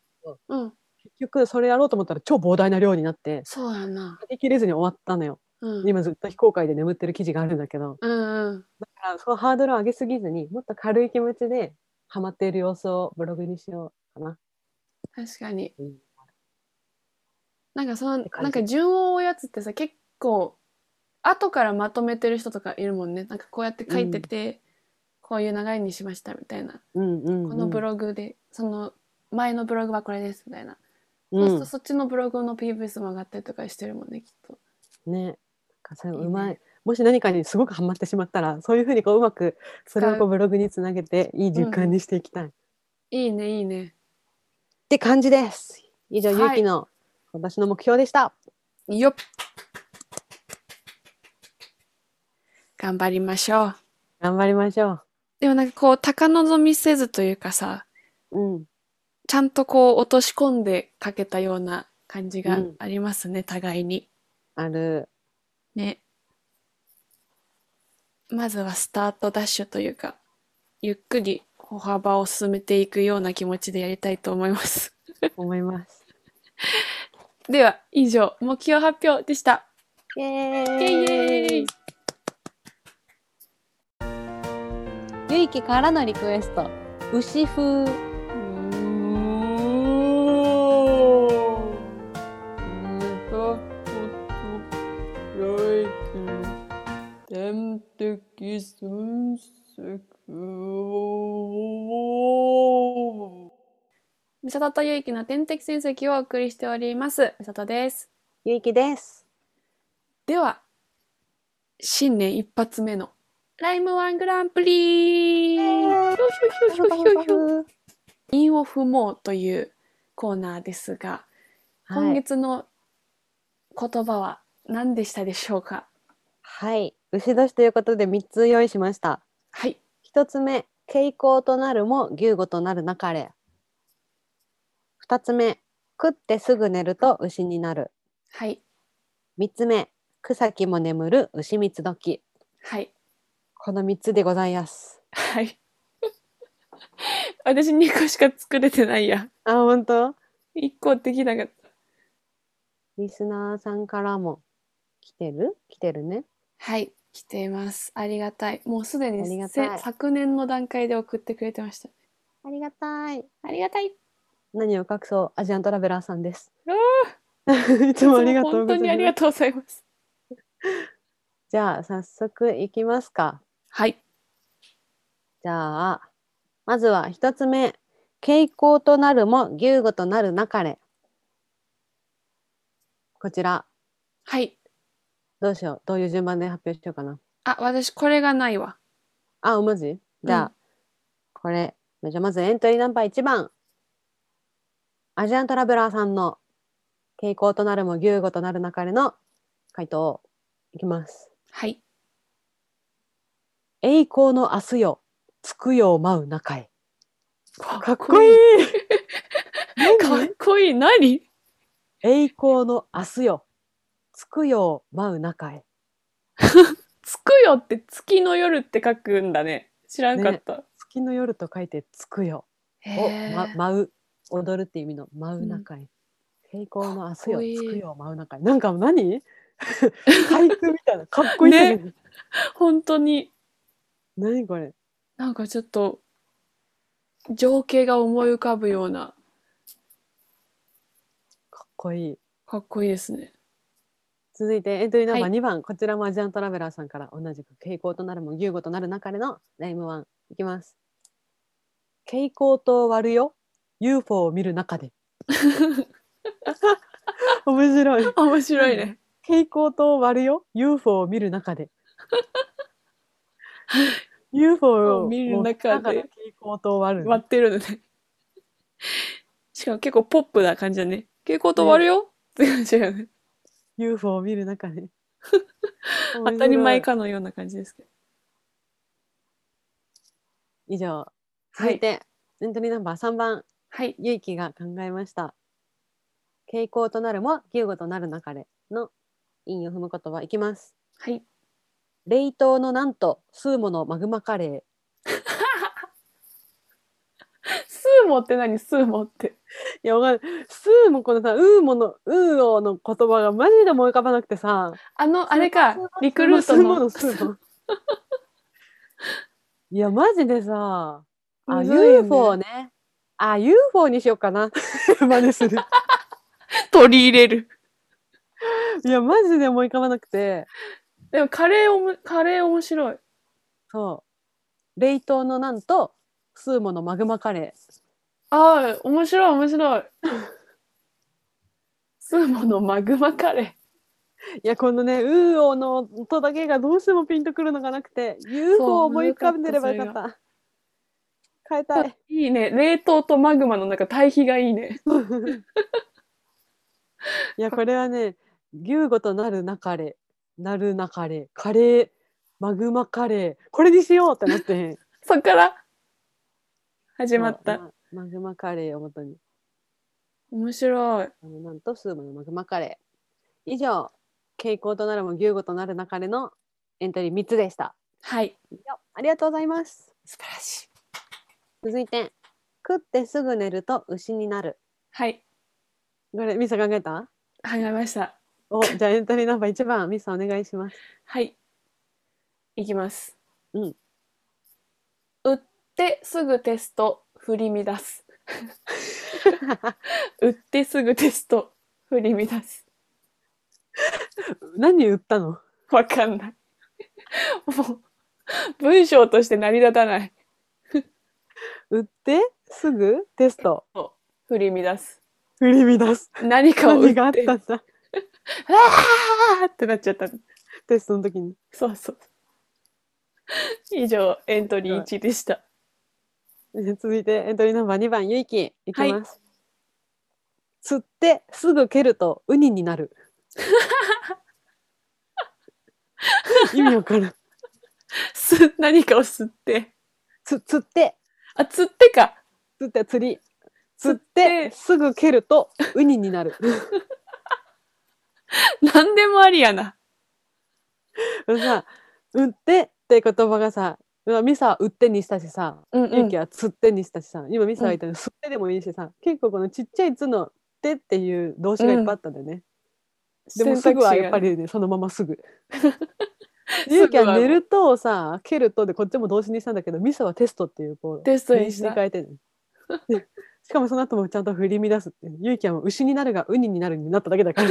[SPEAKER 1] うん。
[SPEAKER 2] 結局それやろうと思ったら超膨大な量になって
[SPEAKER 1] そうやな。
[SPEAKER 2] 書ききれずに終わったのよ。
[SPEAKER 1] うん。
[SPEAKER 2] 今ずっと非公開で眠ってる記事があるんだけど
[SPEAKER 1] うんうん。
[SPEAKER 2] だからそのハードルを上げすぎずにもっと軽い気持ちでハマっている様子をブログにしようかな。
[SPEAKER 1] 確かに
[SPEAKER 2] うん。
[SPEAKER 1] なんかその
[SPEAKER 2] て、感じ
[SPEAKER 1] なんか順を追うやつってさ、結構、後からまとめてる人とかいるもんね。なんかこうやって書いてて、こういう流れにしましたみたいな。
[SPEAKER 2] うんうんうん
[SPEAKER 1] このブログで、その前のブログはこれですみたいな。そううすると
[SPEAKER 2] ん、
[SPEAKER 1] そっちのブログの PVS も上がったりとかしてるもんね、きっと。
[SPEAKER 2] ねなんかそれ
[SPEAKER 1] いいね
[SPEAKER 2] うまいもし何かにすごくハマってしまったらそういうふうにこううまくそれを
[SPEAKER 1] 使
[SPEAKER 2] こ
[SPEAKER 1] う
[SPEAKER 2] うブログにつなげていい循環にしていきたい、っ
[SPEAKER 1] いいね、いいね。
[SPEAKER 2] て感じです以上、
[SPEAKER 1] はい
[SPEAKER 2] ゆうきの私の目標でした
[SPEAKER 1] よっ頑張りましょう。
[SPEAKER 2] 頑張りましょ
[SPEAKER 1] でもなんかこう、高望みせずというかさ、
[SPEAKER 2] ううん
[SPEAKER 1] ちゃんとこう落とし込んでかけたような感じがありますね、互いに。
[SPEAKER 2] ある
[SPEAKER 1] ね。まずはスタートダッシュというか、ゆっくり歩幅を進めていくような気持ちでやりたいと思います。 [LAUGHS]
[SPEAKER 2] 思います [LAUGHS]
[SPEAKER 1] では、以上、目標発表でした。
[SPEAKER 2] イエー
[SPEAKER 1] イェイイェイ
[SPEAKER 2] ゆいきからのリクエスト牛風
[SPEAKER 1] みさととゆいきの天敵戦績をお送りしております。みさとです。
[SPEAKER 2] ゆいきです
[SPEAKER 1] では、新年一発目のライムワングランプリひょひょひょひょひょひょ韻を踏もうというコーナーですが、今
[SPEAKER 2] はい、
[SPEAKER 1] 月の言葉は何でしたでしょうか
[SPEAKER 2] はい、牛年ということで三つ用意しました
[SPEAKER 1] はい。
[SPEAKER 2] 一つ目傾向となるも牛語となるなかれ二つ目食ってすぐ寝ると牛になる
[SPEAKER 1] はい。
[SPEAKER 2] 三つ目草木も眠る牛三つ時
[SPEAKER 1] はい。
[SPEAKER 2] この三つでございます
[SPEAKER 1] はい。 [LAUGHS] 私2個しか作れてないや。
[SPEAKER 2] あ本当
[SPEAKER 1] 1個できなかった。
[SPEAKER 2] リスナーさんからも来てる来てるね
[SPEAKER 1] はい。来ています。ありがたい。もうすで
[SPEAKER 2] あり
[SPEAKER 1] に
[SPEAKER 2] が
[SPEAKER 1] せ
[SPEAKER 2] たい
[SPEAKER 1] 昨年の段階で送ってくれてました。
[SPEAKER 2] ありがたい
[SPEAKER 1] ありがたい。
[SPEAKER 2] 何を隠そうアジアントラベラーさんです
[SPEAKER 1] う
[SPEAKER 2] [LAUGHS] いつもありがとう
[SPEAKER 1] 本
[SPEAKER 2] ござ
[SPEAKER 1] 当
[SPEAKER 2] い
[SPEAKER 1] にあり
[SPEAKER 2] ま
[SPEAKER 1] が
[SPEAKER 2] す
[SPEAKER 1] とうございます。
[SPEAKER 2] じゃあ早速いきますか
[SPEAKER 1] はい。
[SPEAKER 2] じゃあ、まずは一つ目。傾向となるも牛語となるなかれ。こちら、
[SPEAKER 1] はい。
[SPEAKER 2] どうしよう。どういう順番で発表しようかな。
[SPEAKER 1] あ、私これがないわ。
[SPEAKER 2] あ、マジじゃあ、
[SPEAKER 1] うん
[SPEAKER 2] これ。じゃあ、まずエントリーナンバー1番。アジアントラベラーさんの傾向となるも牛語となるなかれの回答いきます。
[SPEAKER 1] はい。
[SPEAKER 2] 栄光の明日よ、つくよう舞う中へ。
[SPEAKER 1] か
[SPEAKER 2] かっこいい
[SPEAKER 1] いかっこいい。何
[SPEAKER 2] 栄光の明日よ、つくよう舞う中へ。
[SPEAKER 1] つくよって月の夜って書くんだね。知らんかった。
[SPEAKER 2] 月の夜と書いてつくよ。を
[SPEAKER 1] へー
[SPEAKER 2] ま舞う踊るっていう意味の舞う中へ。平行の明日
[SPEAKER 1] かっこいい
[SPEAKER 2] よつくよ舞う中へ。なんか何？ [LAUGHS] 俳句みたいなかっこいいじゃない。
[SPEAKER 1] 本当に
[SPEAKER 2] 何これ？
[SPEAKER 1] なんかちょっと情景が思い浮かぶような
[SPEAKER 2] かっこいい。
[SPEAKER 1] かっこいいですね。
[SPEAKER 2] 続いてエントリーナンバ
[SPEAKER 1] は
[SPEAKER 2] ー
[SPEAKER 1] い
[SPEAKER 2] 2番、こちらもアジアントラベラーさんから同じく傾向となるも牛語となる中でのライムワンいきます。傾向と割るよ UFO を見る中
[SPEAKER 1] [LAUGHS]
[SPEAKER 2] で面白い
[SPEAKER 1] 面白いね。
[SPEAKER 2] 蛍光灯を割るよ UFO を見る中 [LAUGHS] で UFO を
[SPEAKER 1] 見る中で
[SPEAKER 2] 蛍光灯を割る
[SPEAKER 1] 割ってるのね。しかも結構ポップな感じだね。蛍光灯終わるよ、って感じだよね。
[SPEAKER 2] UFO を見る中 [LAUGHS] で
[SPEAKER 1] 当たり前かのような感じですけど。
[SPEAKER 2] 以上
[SPEAKER 1] は
[SPEAKER 2] 続い
[SPEAKER 1] い。
[SPEAKER 2] て、エントリーナンバー3番
[SPEAKER 1] はい。
[SPEAKER 2] ゆいきが考えました傾向となるも牛語となるなかれの韻を踏む言葉いきます
[SPEAKER 1] はい。
[SPEAKER 2] 冷凍のなんと数ものマグマカレー
[SPEAKER 1] スーモって何スーモって。
[SPEAKER 2] いやわかるスーもこのさうーものうーおの言葉がマジで思い浮かばなくてさ
[SPEAKER 1] あの、あれか
[SPEAKER 2] スーモ、
[SPEAKER 1] リクルートの。
[SPEAKER 2] スーモ
[SPEAKER 1] [LAUGHS]
[SPEAKER 2] スーモいやマジでさあ
[SPEAKER 1] むずいよね
[SPEAKER 2] UFO ねあ UFO にしようかな [LAUGHS] 真似する
[SPEAKER 1] 取り入れる。
[SPEAKER 2] いやマジで思い浮かばなくて
[SPEAKER 1] でもカレーおも、カレー面白い。
[SPEAKER 2] そう冷凍のなんとスーモのマグマカレー
[SPEAKER 1] ああ、面白い面白い。スーモのマグマカレー。
[SPEAKER 2] いやこのねうーおの音だけがどうしてもピンとくるのがなくて UFO を思い浮かんでればよかった変えたい
[SPEAKER 1] いいね。冷凍とマグマのなんか対比がいいね。 [LAUGHS]
[SPEAKER 2] いやこれはね牛語となるなかれなるなかれカレーマグマカレーこれにしようってなって
[SPEAKER 1] そっから始まっ
[SPEAKER 2] そ
[SPEAKER 1] た。
[SPEAKER 2] うママグマカレーをもとに
[SPEAKER 1] 面白い。
[SPEAKER 2] あのなんとスーモのマグマカレー以上傾向となるも牛語となるなかれのエントリー3つでした
[SPEAKER 1] はい。
[SPEAKER 2] 以上ありがとうございます
[SPEAKER 1] 素晴らしい。
[SPEAKER 2] 続いて食ってすぐ寝ると牛になる
[SPEAKER 1] はい。
[SPEAKER 2] これミサ考えた
[SPEAKER 1] 考えました。
[SPEAKER 2] おじゃあエントリーナンバー1番ミサお願いします
[SPEAKER 1] はい。いきます。
[SPEAKER 2] うん。
[SPEAKER 1] 売ってすぐテスト、振り乱す。 [LAUGHS] 売ってすぐテスト、振り乱す。
[SPEAKER 2] 何売ったの
[SPEAKER 1] [LAUGHS] わかんない。もう、文章として成り立たない。
[SPEAKER 2] 売ってすぐテスト
[SPEAKER 1] 振り乱す。
[SPEAKER 2] 振り乱す
[SPEAKER 1] 何かを売
[SPEAKER 2] 何
[SPEAKER 1] って、
[SPEAKER 2] が
[SPEAKER 1] あ
[SPEAKER 2] あったんだ
[SPEAKER 1] ーってなっちゃった。
[SPEAKER 2] テストの時に
[SPEAKER 1] そうそう。以上、エントリー1でした。
[SPEAKER 2] 続いてエントリーナンバー2番ゆいきいきます、釣ってすぐ蹴るとウニに
[SPEAKER 1] [LAUGHS]
[SPEAKER 2] なる意味わからん
[SPEAKER 1] す、何かを吸って。
[SPEAKER 2] つ釣って
[SPEAKER 1] あ、釣ってか。
[SPEAKER 2] 釣って釣り
[SPEAKER 1] 釣
[SPEAKER 2] 釣っ
[SPEAKER 1] ってて
[SPEAKER 2] すぐ蹴るとウニになる
[SPEAKER 1] 何でもありやな。
[SPEAKER 2] これさ「売って」って言葉がさミサは「売って」にしたしさ
[SPEAKER 1] うん
[SPEAKER 2] ユキは「釣って」にしたしさ今ミサが言ったの「釣って」でもいいしさ結構このちっちゃい「つ」の「って」っていう動詞がいっぱいあったんだよね、でもすぐはやっぱ
[SPEAKER 1] り。
[SPEAKER 2] りねそのまま
[SPEAKER 1] [LAUGHS]
[SPEAKER 2] すぐユキは「寝ると」をさ「蹴ると」でこっちも動詞にしたんだけどミサは「テスト」っていうこう
[SPEAKER 1] テスト
[SPEAKER 2] 名
[SPEAKER 1] にし
[SPEAKER 2] 詞に
[SPEAKER 1] た。
[SPEAKER 2] 変えてるのでしかもその後もちゃんと振り乱すっていうゆいきはもう牛になるがウニになるになっただけ
[SPEAKER 1] [LAUGHS]
[SPEAKER 2] だから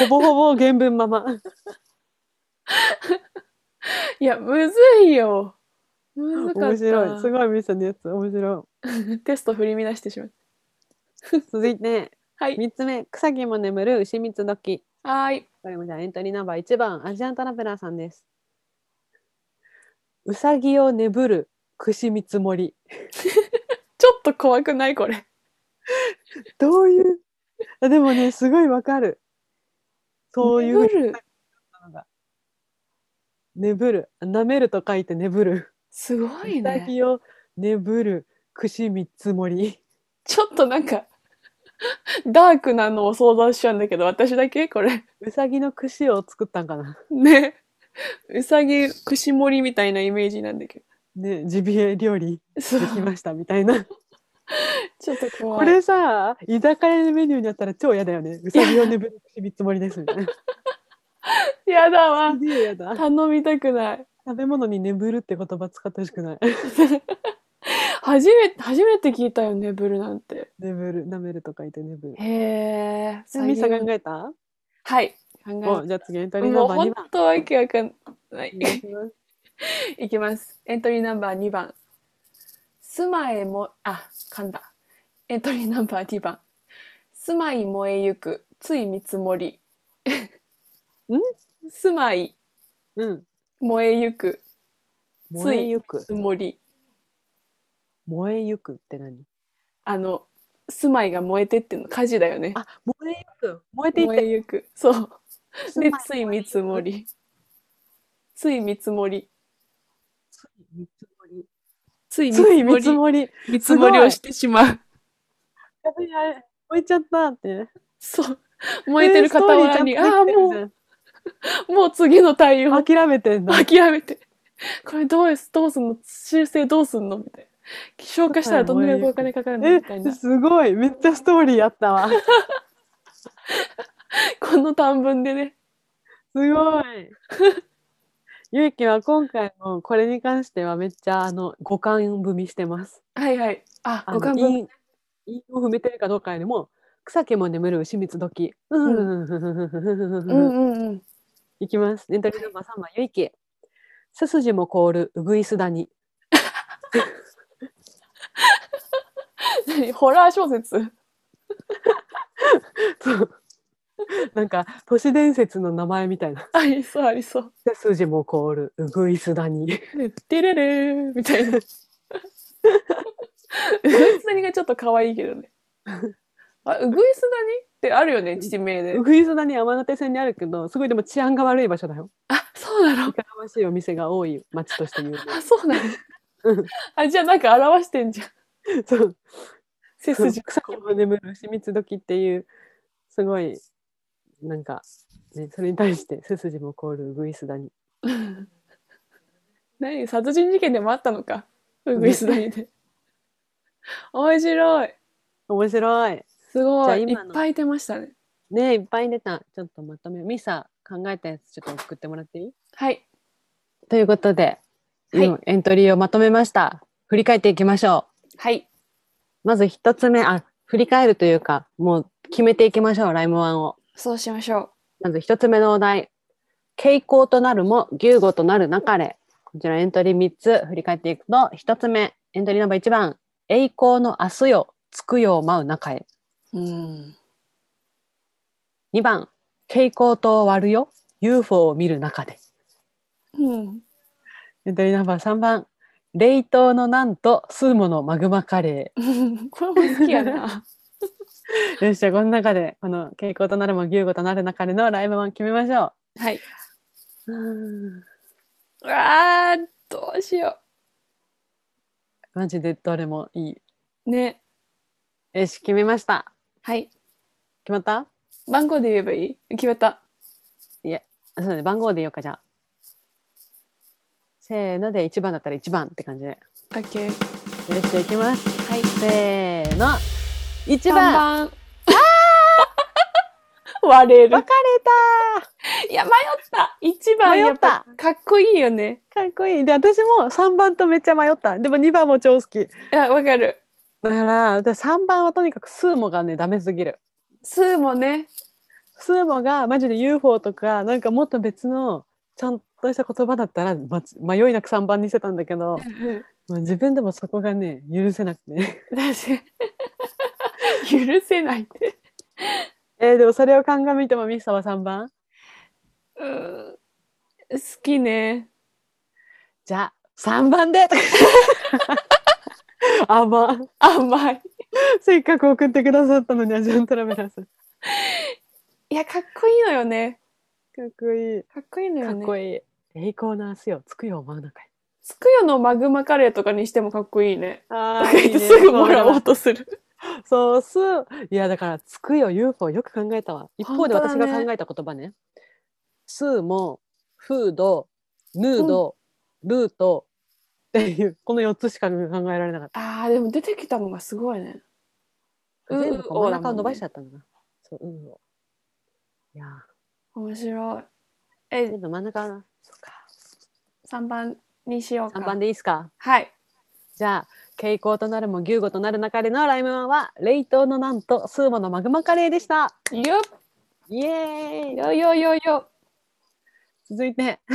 [SPEAKER 2] ほぼほぼ原文まま
[SPEAKER 1] いや、むずいよ。むずかった。
[SPEAKER 2] 面白いすごいミサのやつ面白
[SPEAKER 1] テスト振り乱してしまっ
[SPEAKER 2] い続いて
[SPEAKER 1] た。はい。
[SPEAKER 2] 3つ目草木も眠る牛蜜時
[SPEAKER 1] はーい。
[SPEAKER 2] これもじゃあエントリーナンバー1番アジアントラベラーさんですうさぎを眠る串見積もり
[SPEAKER 1] ちょっと怖くないこれ。
[SPEAKER 2] どういうあでもねすごいわかるそういうふうに
[SPEAKER 1] 夜
[SPEAKER 2] 眠る舐めると書いて眠る
[SPEAKER 1] すごい
[SPEAKER 2] 下
[SPEAKER 1] ね。
[SPEAKER 2] 着を眠る串三つ盛り。
[SPEAKER 1] ちょっとなんか、ダークなのを想像しちゃうんだけど、私だけこれ。
[SPEAKER 2] うさぎの串を作ったんかな。
[SPEAKER 1] ね。うさぎ、串盛りみたいなイメージなんだけ
[SPEAKER 2] ね、ジビエ料理
[SPEAKER 1] ど。そ
[SPEAKER 2] で
[SPEAKER 1] う。
[SPEAKER 2] きましたみたい [LAUGHS] な。
[SPEAKER 1] ちょっと怖い。
[SPEAKER 2] これさ、居酒屋のメニューにあったら超嫌だよね。うさぎを眠る串三つ盛りですみ [LAUGHS] たいな。
[SPEAKER 1] やだわ
[SPEAKER 2] す。げえ嫌だ。
[SPEAKER 1] 頼みたくない。
[SPEAKER 2] 食べ物に眠るって言葉使ってほしくない。 [LAUGHS]
[SPEAKER 1] 初めて、初めて聞いたよね、ブルなんて。
[SPEAKER 2] 眠る、舐めると書いて眠る。
[SPEAKER 1] へえ。
[SPEAKER 2] えミサ考えた？
[SPEAKER 1] はい。考え
[SPEAKER 2] お、じゃあ次エントリーナ
[SPEAKER 1] も
[SPEAKER 2] ン
[SPEAKER 1] う
[SPEAKER 2] バー
[SPEAKER 1] 本
[SPEAKER 2] 二番。
[SPEAKER 1] 当わけわかんな
[SPEAKER 2] お
[SPEAKER 1] い。
[SPEAKER 2] 願いします
[SPEAKER 1] いきます。エントリーナンバー2番。住まいも、あ、噛んだ。エントリーナンバー2番。住まい燃えゆく、つい見積もり。
[SPEAKER 2] ん
[SPEAKER 1] 住まい
[SPEAKER 2] うん。
[SPEAKER 1] 燃えゆく、
[SPEAKER 2] 燃えゆく。
[SPEAKER 1] つもり。
[SPEAKER 2] 燃えゆくって何？
[SPEAKER 1] あの住まいが燃えてっていうの火事だよね
[SPEAKER 2] あ燃えゆく燃えていって
[SPEAKER 1] 燃えゆくそう
[SPEAKER 2] 住
[SPEAKER 1] で
[SPEAKER 2] まい
[SPEAKER 1] つい見積もりつい見積もり
[SPEAKER 2] つい見
[SPEAKER 1] つい
[SPEAKER 2] 積もり
[SPEAKER 1] 見
[SPEAKER 2] つい見積
[SPEAKER 1] 積も
[SPEAKER 2] もり
[SPEAKER 1] り見積もりをしてしまう
[SPEAKER 2] やべえあれ燃えちゃったって
[SPEAKER 1] そう燃えてる
[SPEAKER 2] 方
[SPEAKER 1] 傍らに、ああもうもう次の対応
[SPEAKER 2] 諦めてん
[SPEAKER 1] [LAUGHS]
[SPEAKER 2] だ
[SPEAKER 1] 諦めてこれどうすどうすんの修正どうすんのみたいな消化したらどんぐらいお金かかるのみたい
[SPEAKER 2] え
[SPEAKER 1] な
[SPEAKER 2] すごいめっちゃストーリーやったわ [LAUGHS] す
[SPEAKER 1] この短文でね
[SPEAKER 2] ごい [LAUGHS] ゆいきは今回もこれに関してはめっちゃあの五感踏みしてます
[SPEAKER 1] はいはいあ
[SPEAKER 2] あの
[SPEAKER 1] 五感分
[SPEAKER 2] 韻韻を踏めてるかどうかよりも草木も眠る牛蜜時うんうんうん
[SPEAKER 1] うん
[SPEAKER 2] うん
[SPEAKER 1] うんうん
[SPEAKER 2] いきますエントリーナンバー3番ゆいき背筋も凍るうぐいすだに
[SPEAKER 1] 何 [LAUGHS] ホラー小説
[SPEAKER 2] そう [LAUGHS] なんか都市伝説の名前みたいな
[SPEAKER 1] ありそうありそう
[SPEAKER 2] 背筋も凍るうぐいすだに
[SPEAKER 1] てれれーみた [LAUGHS] いな。うぐいす谷がちょっと可愛いけどね。 [LAUGHS] あ、うぐいす谷ってあるよね、地名で
[SPEAKER 2] ウ。グイス谷山手線にあるけどすごいでも治安が悪い場所だよ。
[SPEAKER 1] あ、そうなの
[SPEAKER 2] い。かがましいお店が多い町として有名。
[SPEAKER 1] あ、そうな
[SPEAKER 2] うん
[SPEAKER 1] の。あ、じゃあなんか表してんじゃん。
[SPEAKER 2] そう
[SPEAKER 1] 背
[SPEAKER 2] そう
[SPEAKER 1] 筋
[SPEAKER 2] 草木も眠る秘密時っていうすごいなんか、ね、それに対して [LAUGHS] 背筋も凍るウグイス谷。
[SPEAKER 1] 何殺人事件でもあったのか。うぐいす谷で。 [LAUGHS] 面白い。
[SPEAKER 2] 面白い。
[SPEAKER 1] す
[SPEAKER 2] じゃ
[SPEAKER 1] ご
[SPEAKER 2] あ
[SPEAKER 1] い。いっ
[SPEAKER 2] 今の
[SPEAKER 1] ぱい出ましたね。
[SPEAKER 2] ねいっぱい出た。ちょっとまとめミサ考えたやつちょっと送ってもらっていい
[SPEAKER 1] はい。
[SPEAKER 2] ということで、
[SPEAKER 1] はい
[SPEAKER 2] 今エントリーをまとめました。振り返っていきましょ
[SPEAKER 1] はい。
[SPEAKER 2] う。まず一つ目あ振り返るというかもう決めていきましょうライムワンを。
[SPEAKER 1] そうしましょ
[SPEAKER 2] まず一つ目のお題。傾向となるも牛語となるなかれ。こちらエントリー3つ振り返っていくと、一つ目、エントリーナンバー1番、栄光の明日よ、つくよう舞う中へ。
[SPEAKER 1] う。うん。
[SPEAKER 2] 2番、蛍光灯を割るよ、UFO を見る中で。
[SPEAKER 1] うん。 [LAUGHS]
[SPEAKER 2] エントリーナンバー3番、冷凍のなんと、スーモのマグマカレ
[SPEAKER 1] これも好きやな。
[SPEAKER 2] ー。よっしゃ、この中で、この蛍光となるも牛語となる中でのライブ版決めましょ
[SPEAKER 1] [LAUGHS] はい。
[SPEAKER 2] う。うん
[SPEAKER 1] うわあどうしよ
[SPEAKER 2] マジでどれもいい。
[SPEAKER 1] うね
[SPEAKER 2] よし、決めました。
[SPEAKER 1] はい
[SPEAKER 2] 決まった
[SPEAKER 1] 番号で言えばいい決めた
[SPEAKER 2] あそうね、番号で言おうか、じゃあ。せーので、1番だったら1番って感じで。よ
[SPEAKER 1] OK
[SPEAKER 2] し、じゃあいきます。
[SPEAKER 1] はい
[SPEAKER 2] せーの。1
[SPEAKER 1] 1
[SPEAKER 2] 番。
[SPEAKER 1] 番 [LAUGHS] 割れる
[SPEAKER 2] 分かれ
[SPEAKER 1] いや迷った1番
[SPEAKER 2] 迷
[SPEAKER 1] や
[SPEAKER 2] っ
[SPEAKER 1] ったぱかっこいいよね
[SPEAKER 2] たかっこいい。で、私も3番とめっちゃ迷った。でも2番も超好き。
[SPEAKER 1] いやわかる
[SPEAKER 2] だから、私3番はとにかくスーモがね、ダメすぎる。
[SPEAKER 1] スーもね
[SPEAKER 2] スーモがマジで UFO とか、なんかもっと別の、ちゃんとした言葉だったら、ま迷いなく3番にしてたんだけど、もう自分でもそこがね、許せなくて。
[SPEAKER 1] だし [LAUGHS] 許せないって
[SPEAKER 2] えーでもそれを鑑みてもミッサは3番
[SPEAKER 1] うん好きね
[SPEAKER 2] じゃあ3番で [LAUGHS] 甘い
[SPEAKER 1] 甘い
[SPEAKER 2] せっかく送ってくださったのにアジアントラベラーさんか
[SPEAKER 1] いやかっこいいのよね
[SPEAKER 2] っこいい
[SPEAKER 1] かっこいいのよ
[SPEAKER 2] か
[SPEAKER 1] ね
[SPEAKER 2] っこいい栄光の明日よつくよ真ん中へ
[SPEAKER 1] つくよのマグマカレーとかにしてもかっこいいね。
[SPEAKER 2] あ
[SPEAKER 1] と
[SPEAKER 2] [LAUGHS]
[SPEAKER 1] か言ってすぐもらおうとする。
[SPEAKER 2] そうそういやだからつくよ UFO よく考えたわ一方で
[SPEAKER 1] 本当
[SPEAKER 2] 私
[SPEAKER 1] だ
[SPEAKER 2] が
[SPEAKER 1] ね
[SPEAKER 2] 考えた言葉ねスーもフードヌード、ルートっていうこの4つしか考えられなかった
[SPEAKER 1] ああ、でも出てきたのがすごいね。う
[SPEAKER 2] 全部
[SPEAKER 1] う
[SPEAKER 2] こう
[SPEAKER 1] お
[SPEAKER 2] 真ん
[SPEAKER 1] だ
[SPEAKER 2] 中
[SPEAKER 1] も
[SPEAKER 2] を
[SPEAKER 1] ん
[SPEAKER 2] 伸ばしち
[SPEAKER 1] ね
[SPEAKER 2] ゃったんだなそううんをいやー
[SPEAKER 1] 面白い。え、
[SPEAKER 2] 全部真ん中なそうか
[SPEAKER 1] 3番にしようか。
[SPEAKER 2] 3番でいいですか
[SPEAKER 1] はい。
[SPEAKER 2] じゃあ傾向となるも牛語となる中でのライムワンは冷凍のなんとスーモのマグマカレーでした
[SPEAKER 1] よ
[SPEAKER 2] イエーイ
[SPEAKER 1] よよよよ。
[SPEAKER 2] 続いて [LAUGHS]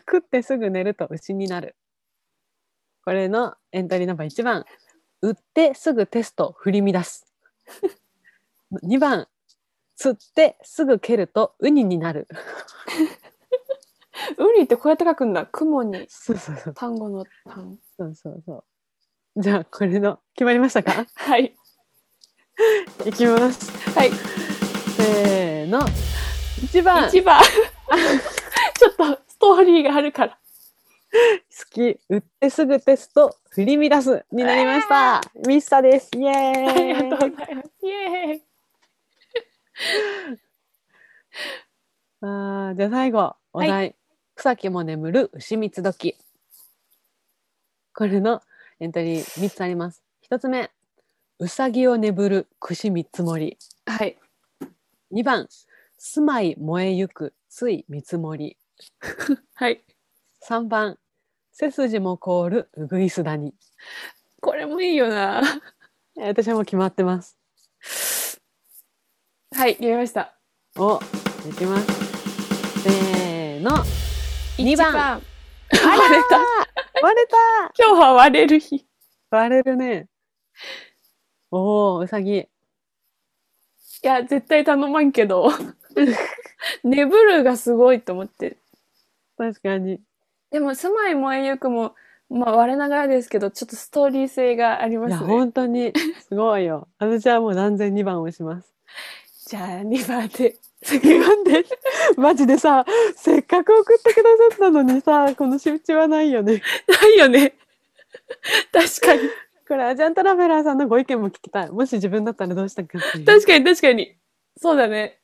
[SPEAKER 2] 食ってすぐ寝ると牛になるこれのエントリーナンバー1番売ってすぐテスト振り乱す [LAUGHS] 2番釣ってすぐ蹴るとウニになる
[SPEAKER 1] ウニってこうやって書くんだ。雲に
[SPEAKER 2] そうそうそう
[SPEAKER 1] 単語の単。
[SPEAKER 2] そうそうそう。じゃあこれの決まりましたか
[SPEAKER 1] はい。
[SPEAKER 2] [LAUGHS] いきます
[SPEAKER 1] はい。
[SPEAKER 2] せーの1番
[SPEAKER 1] 一番。 [LAUGHS] ちょっとストーリーがあるから。
[SPEAKER 2] 好き売ってすぐテスト振り乱すになりました、ミッサですイエ
[SPEAKER 1] ありが
[SPEAKER 2] ーイ
[SPEAKER 1] とうございます。イエーイ。
[SPEAKER 2] あーじゃあ最後お題、
[SPEAKER 1] は
[SPEAKER 2] 草木も眠る牛蜜時これのエントリー3つあります1つ目うさぎを眠る串三つ盛
[SPEAKER 1] はい。
[SPEAKER 2] り2番住まい燃えゆくつい見積もり
[SPEAKER 1] はい。
[SPEAKER 2] 3番背筋も凍るうぐいす谷
[SPEAKER 1] これもいいよな。
[SPEAKER 2] えー私はもう決まってます
[SPEAKER 1] はい、決めました。
[SPEAKER 2] おできますせーの二番
[SPEAKER 1] 一割れた。
[SPEAKER 2] 割れた
[SPEAKER 1] 今日は割れる日。
[SPEAKER 2] 割れるねおおうさぎ
[SPEAKER 1] いや、絶対頼まんけ [LAUGHS] ど。眠るがすごいと思って。
[SPEAKER 2] 確かに
[SPEAKER 1] でも、住まいもえゆくも、まあ、我ながらですけど、ちょっとストーリー性がありま
[SPEAKER 2] いや
[SPEAKER 1] すね。
[SPEAKER 2] 本当にすごいよ。私はもう断然2番を押します。
[SPEAKER 1] じゃあ、2番で。
[SPEAKER 2] 2番でマジでさせっかく送ってくださったのにさこの仕打ちはないよね。
[SPEAKER 1] ないよね。確かに。
[SPEAKER 2] これアジアントラベラーさんのご意見も聞きたい。もし自分だったらどうしたかっていう
[SPEAKER 1] 確かに、確かに。そうだね。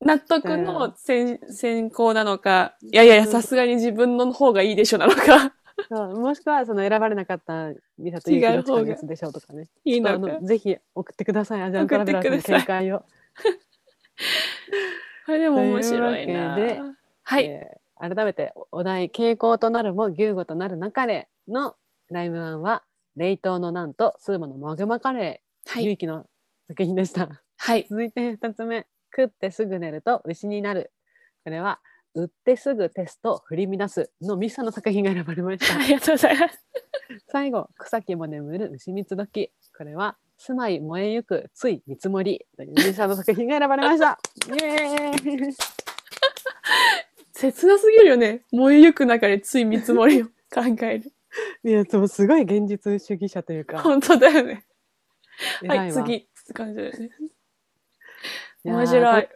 [SPEAKER 1] 納得の先先行なのか、いやいやいや、さすがに自分の方がいいでしょなの
[SPEAKER 2] [LAUGHS]
[SPEAKER 1] か、
[SPEAKER 2] そうもしくはその選ばれなかったミサとユキの近いやつでしょうとかね。
[SPEAKER 1] いい
[SPEAKER 2] ちょっ
[SPEAKER 1] の
[SPEAKER 2] と
[SPEAKER 1] か [LAUGHS]
[SPEAKER 2] あ。のぜひ送ってくださいアジアントラベラーさんの見解を。
[SPEAKER 1] これでも面白いな
[SPEAKER 2] というわけで。
[SPEAKER 1] はい。
[SPEAKER 2] えー改めてお題「傾向となるも牛語となるなかれ」のライムワンは冷凍のなんとスーモのマグマカレー。
[SPEAKER 1] は
[SPEAKER 2] ゆ
[SPEAKER 1] い。
[SPEAKER 2] いきの作品でした。 [LAUGHS]
[SPEAKER 1] はい。
[SPEAKER 2] 続いて二つ目、食ってすぐ寝ると牛になる。これは売ってすぐテスト振り乱すのミサの作品が選ばれまし
[SPEAKER 1] [LAUGHS]
[SPEAKER 2] た
[SPEAKER 1] あ。りがとうございます。
[SPEAKER 2] 最後、草木も眠る牛蜜時。これは住まい燃えゆくつい見積もりというミサの作品が選ばれました。イエーイ。
[SPEAKER 1] 切なすぎるよね。燃えゆく中でつい見積もりを考える。
[SPEAKER 2] いや、でもすごい現実主義者という
[SPEAKER 1] [LAUGHS]
[SPEAKER 2] か。
[SPEAKER 1] 本当だよね。は
[SPEAKER 2] 偉
[SPEAKER 1] い、
[SPEAKER 2] わ。
[SPEAKER 1] 次。って感じだよね。
[SPEAKER 2] やー
[SPEAKER 1] 面白い。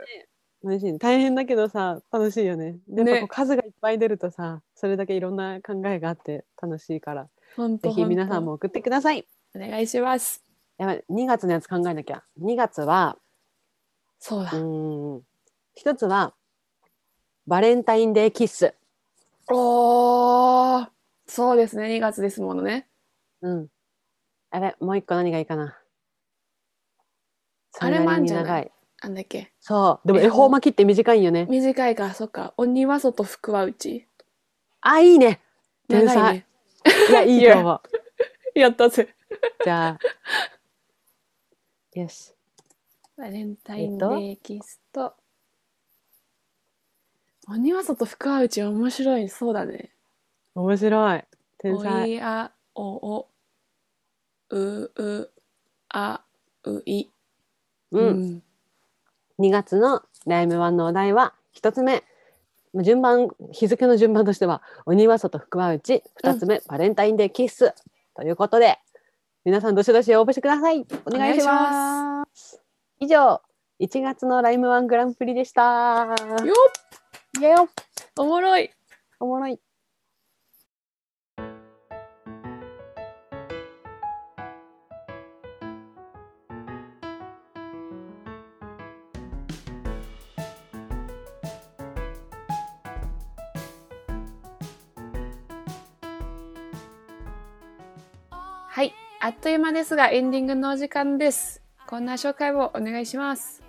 [SPEAKER 2] 楽しい大変だけどさ楽しいよねで、
[SPEAKER 1] ね
[SPEAKER 2] やっぱこう数がいっぱい出るとさそれだけいろんな考えがあって楽しいから
[SPEAKER 1] 本当
[SPEAKER 2] ぜひ皆さんも。送ってください
[SPEAKER 1] 本当お願いします。
[SPEAKER 2] やばい2月のやつ考えなきゃ2月は
[SPEAKER 1] そう
[SPEAKER 2] う
[SPEAKER 1] だ。
[SPEAKER 2] ーん一つはバレンタインデーキッス、
[SPEAKER 1] おー。そうですね。2月ですものね。
[SPEAKER 2] うん、あれもう一個何がいいかな
[SPEAKER 1] あれなんじゃない
[SPEAKER 2] それなりに長い
[SPEAKER 1] なんだっけ。
[SPEAKER 2] そうでも恵方巻きって短いんよね
[SPEAKER 1] 短いか、そっか。鬼は外、福は内。
[SPEAKER 2] あいいね天
[SPEAKER 1] 長い
[SPEAKER 2] 才
[SPEAKER 1] ね。
[SPEAKER 2] いやいいと思う
[SPEAKER 1] やったぜ。
[SPEAKER 2] じゃあよし
[SPEAKER 1] バレンタインデーキスト。鬼は外、福は内面白い。そうだね。
[SPEAKER 2] 面白い天
[SPEAKER 1] お
[SPEAKER 2] 才
[SPEAKER 1] いあおおううあうい。
[SPEAKER 2] うん、2月のライムワンのお題は1つ目まあ順番日付の順番としては「鬼は外福は内」2つ目、バレンタインデーキッス」ということで皆さんどしどし応募してくださいお願いします
[SPEAKER 1] お願
[SPEAKER 2] 以上1月のライムワングランプリでした
[SPEAKER 1] よ
[SPEAKER 2] いやよ
[SPEAKER 1] おもろい。
[SPEAKER 2] おもろい
[SPEAKER 1] はい。あっという間ですが、エンディングのお時間です。こんな紹介をお願いします。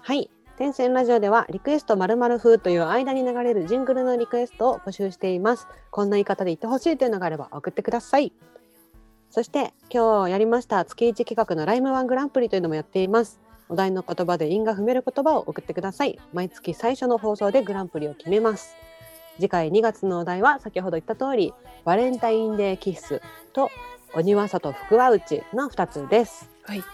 [SPEAKER 2] はい天線ラジオではリクエストまるまる風という間に流れるジングルのリクエストを募集しています。こんな言い方で言ってほしいというのがあれば送ってください。そして今日やりました月1企画のライムワングランプリというのもやっています。お題の言葉で因が踏める言葉を送ってください。毎月最初の放送でグランプリを決めます。次回2月のお題は先ほど言った通りバレンタインデーキッスと鬼は里福は内の2つです。
[SPEAKER 1] はい。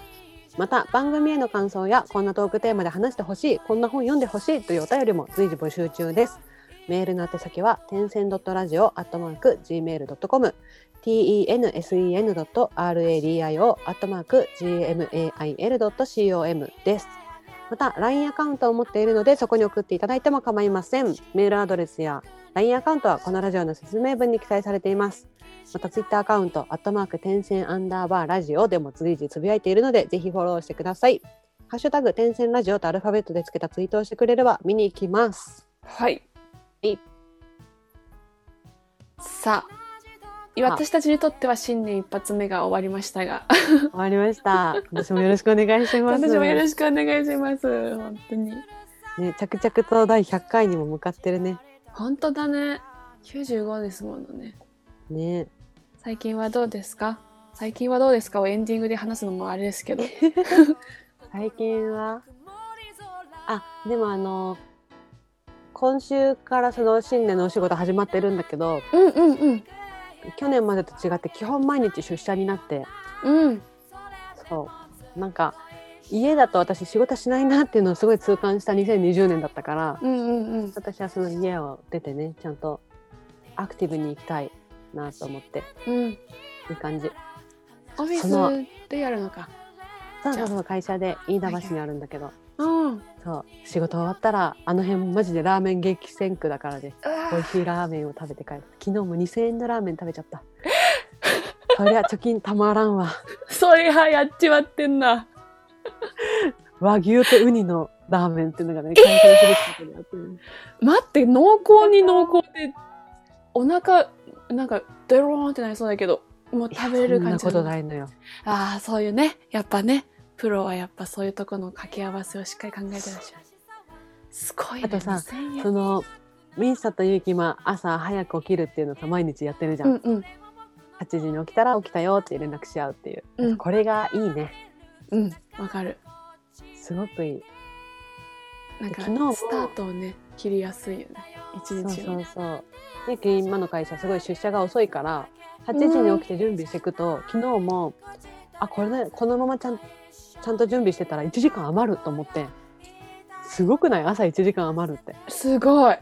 [SPEAKER 2] また番組への感想やこんなトークテーマで話してほしいこんな本読んでほしいというお便りも随時募集中ですメールの宛先は点線 .radio.gmail.com tensen.radio.gmail.com です。また、LINE アカウントを持っているので、そこに送っていただいても構いません。メールアドレスや LINE アカウントはこのラジオの説明文に記載されています。また、Twitter アカウント、アットマーク、天線アンダーバーラジオでも随時つぶやいているので、ぜひフォローしてください。ハッシュタグ、天線ラジオとアルファベットでつけたツイートをしてくれれば見に行きます。
[SPEAKER 1] はい。
[SPEAKER 2] はい
[SPEAKER 1] さあ、私たちにとっては新年一発目が終わりましたが、
[SPEAKER 2] 終わりました。今年もよろしくお願いします。
[SPEAKER 1] 私もよろしくお願いします。本当に。
[SPEAKER 2] ね、着々と第100回にも向かってるね。
[SPEAKER 1] 本当だね。95ですものね。
[SPEAKER 2] ね。
[SPEAKER 1] 最近はどうですか最近はどうですかをエンディングで話すのもあれですけど。
[SPEAKER 2] [LAUGHS] 最近はあ、でもあの、今週からその新年のお仕事始まってるんだけど、
[SPEAKER 1] うんうんうん。
[SPEAKER 2] 去年までと違って基本毎日出社になって、
[SPEAKER 1] うん。
[SPEAKER 2] そう。なんか、家だと私仕事しないなっていうのをすごい痛感した2020年だったから、
[SPEAKER 1] うんうんうん。
[SPEAKER 2] 私はその家を出てね、ちゃんとアクティブに行きたいなと思って、
[SPEAKER 1] うん。
[SPEAKER 2] いい感じ。
[SPEAKER 1] オフ
[SPEAKER 2] その
[SPEAKER 1] ィスでやるのか。
[SPEAKER 2] そうそうそう、会社で飯田橋にあるんだけど、
[SPEAKER 1] うん。う
[SPEAKER 2] そう仕事終わったらあの辺マジでラーメン激戦区だからね
[SPEAKER 1] わ
[SPEAKER 2] 美味しいラーメンを食べて帰る昨日も2000円のラーメン食べちゃったそりゃ貯金たまらんわ
[SPEAKER 1] [LAUGHS] そりゃやっちまってんな。
[SPEAKER 2] 和牛とウニのラーメンっていうのがね完成することになってる
[SPEAKER 1] 待って、濃厚に濃厚で、お腹、なんか、ドローンってなりそうだけど、もう食べれる
[SPEAKER 2] そん
[SPEAKER 1] 感
[SPEAKER 2] な
[SPEAKER 1] じ。
[SPEAKER 2] ことないのよ
[SPEAKER 1] ああ、そういうね。やっぱね、プロはやっぱそういうとこの掛け合わせをしっかり考えてらっしゃる。すごいね。
[SPEAKER 2] あとさ
[SPEAKER 1] 2000円
[SPEAKER 2] そのミンサとユキマ朝早く起きるっていうのさ毎日やってるじゃん、
[SPEAKER 1] うんうん。
[SPEAKER 2] 8時に起きたら起きたよって連絡し合うっていう、
[SPEAKER 1] うん
[SPEAKER 2] これがいいね
[SPEAKER 1] うん、わかる。
[SPEAKER 2] すごくいい
[SPEAKER 1] なんか、
[SPEAKER 2] 昨日も
[SPEAKER 1] スタートをね、切りやすいよね。一
[SPEAKER 2] そう
[SPEAKER 1] 日
[SPEAKER 2] そ
[SPEAKER 1] を
[SPEAKER 2] う。そう。で今の会社すごい出社が遅いから8時に起きて準備していくと、昨日もあこれねこのままちゃんちゃんと準備してたら1時間余ると思ってすごくない朝1時間余るって
[SPEAKER 1] すごい。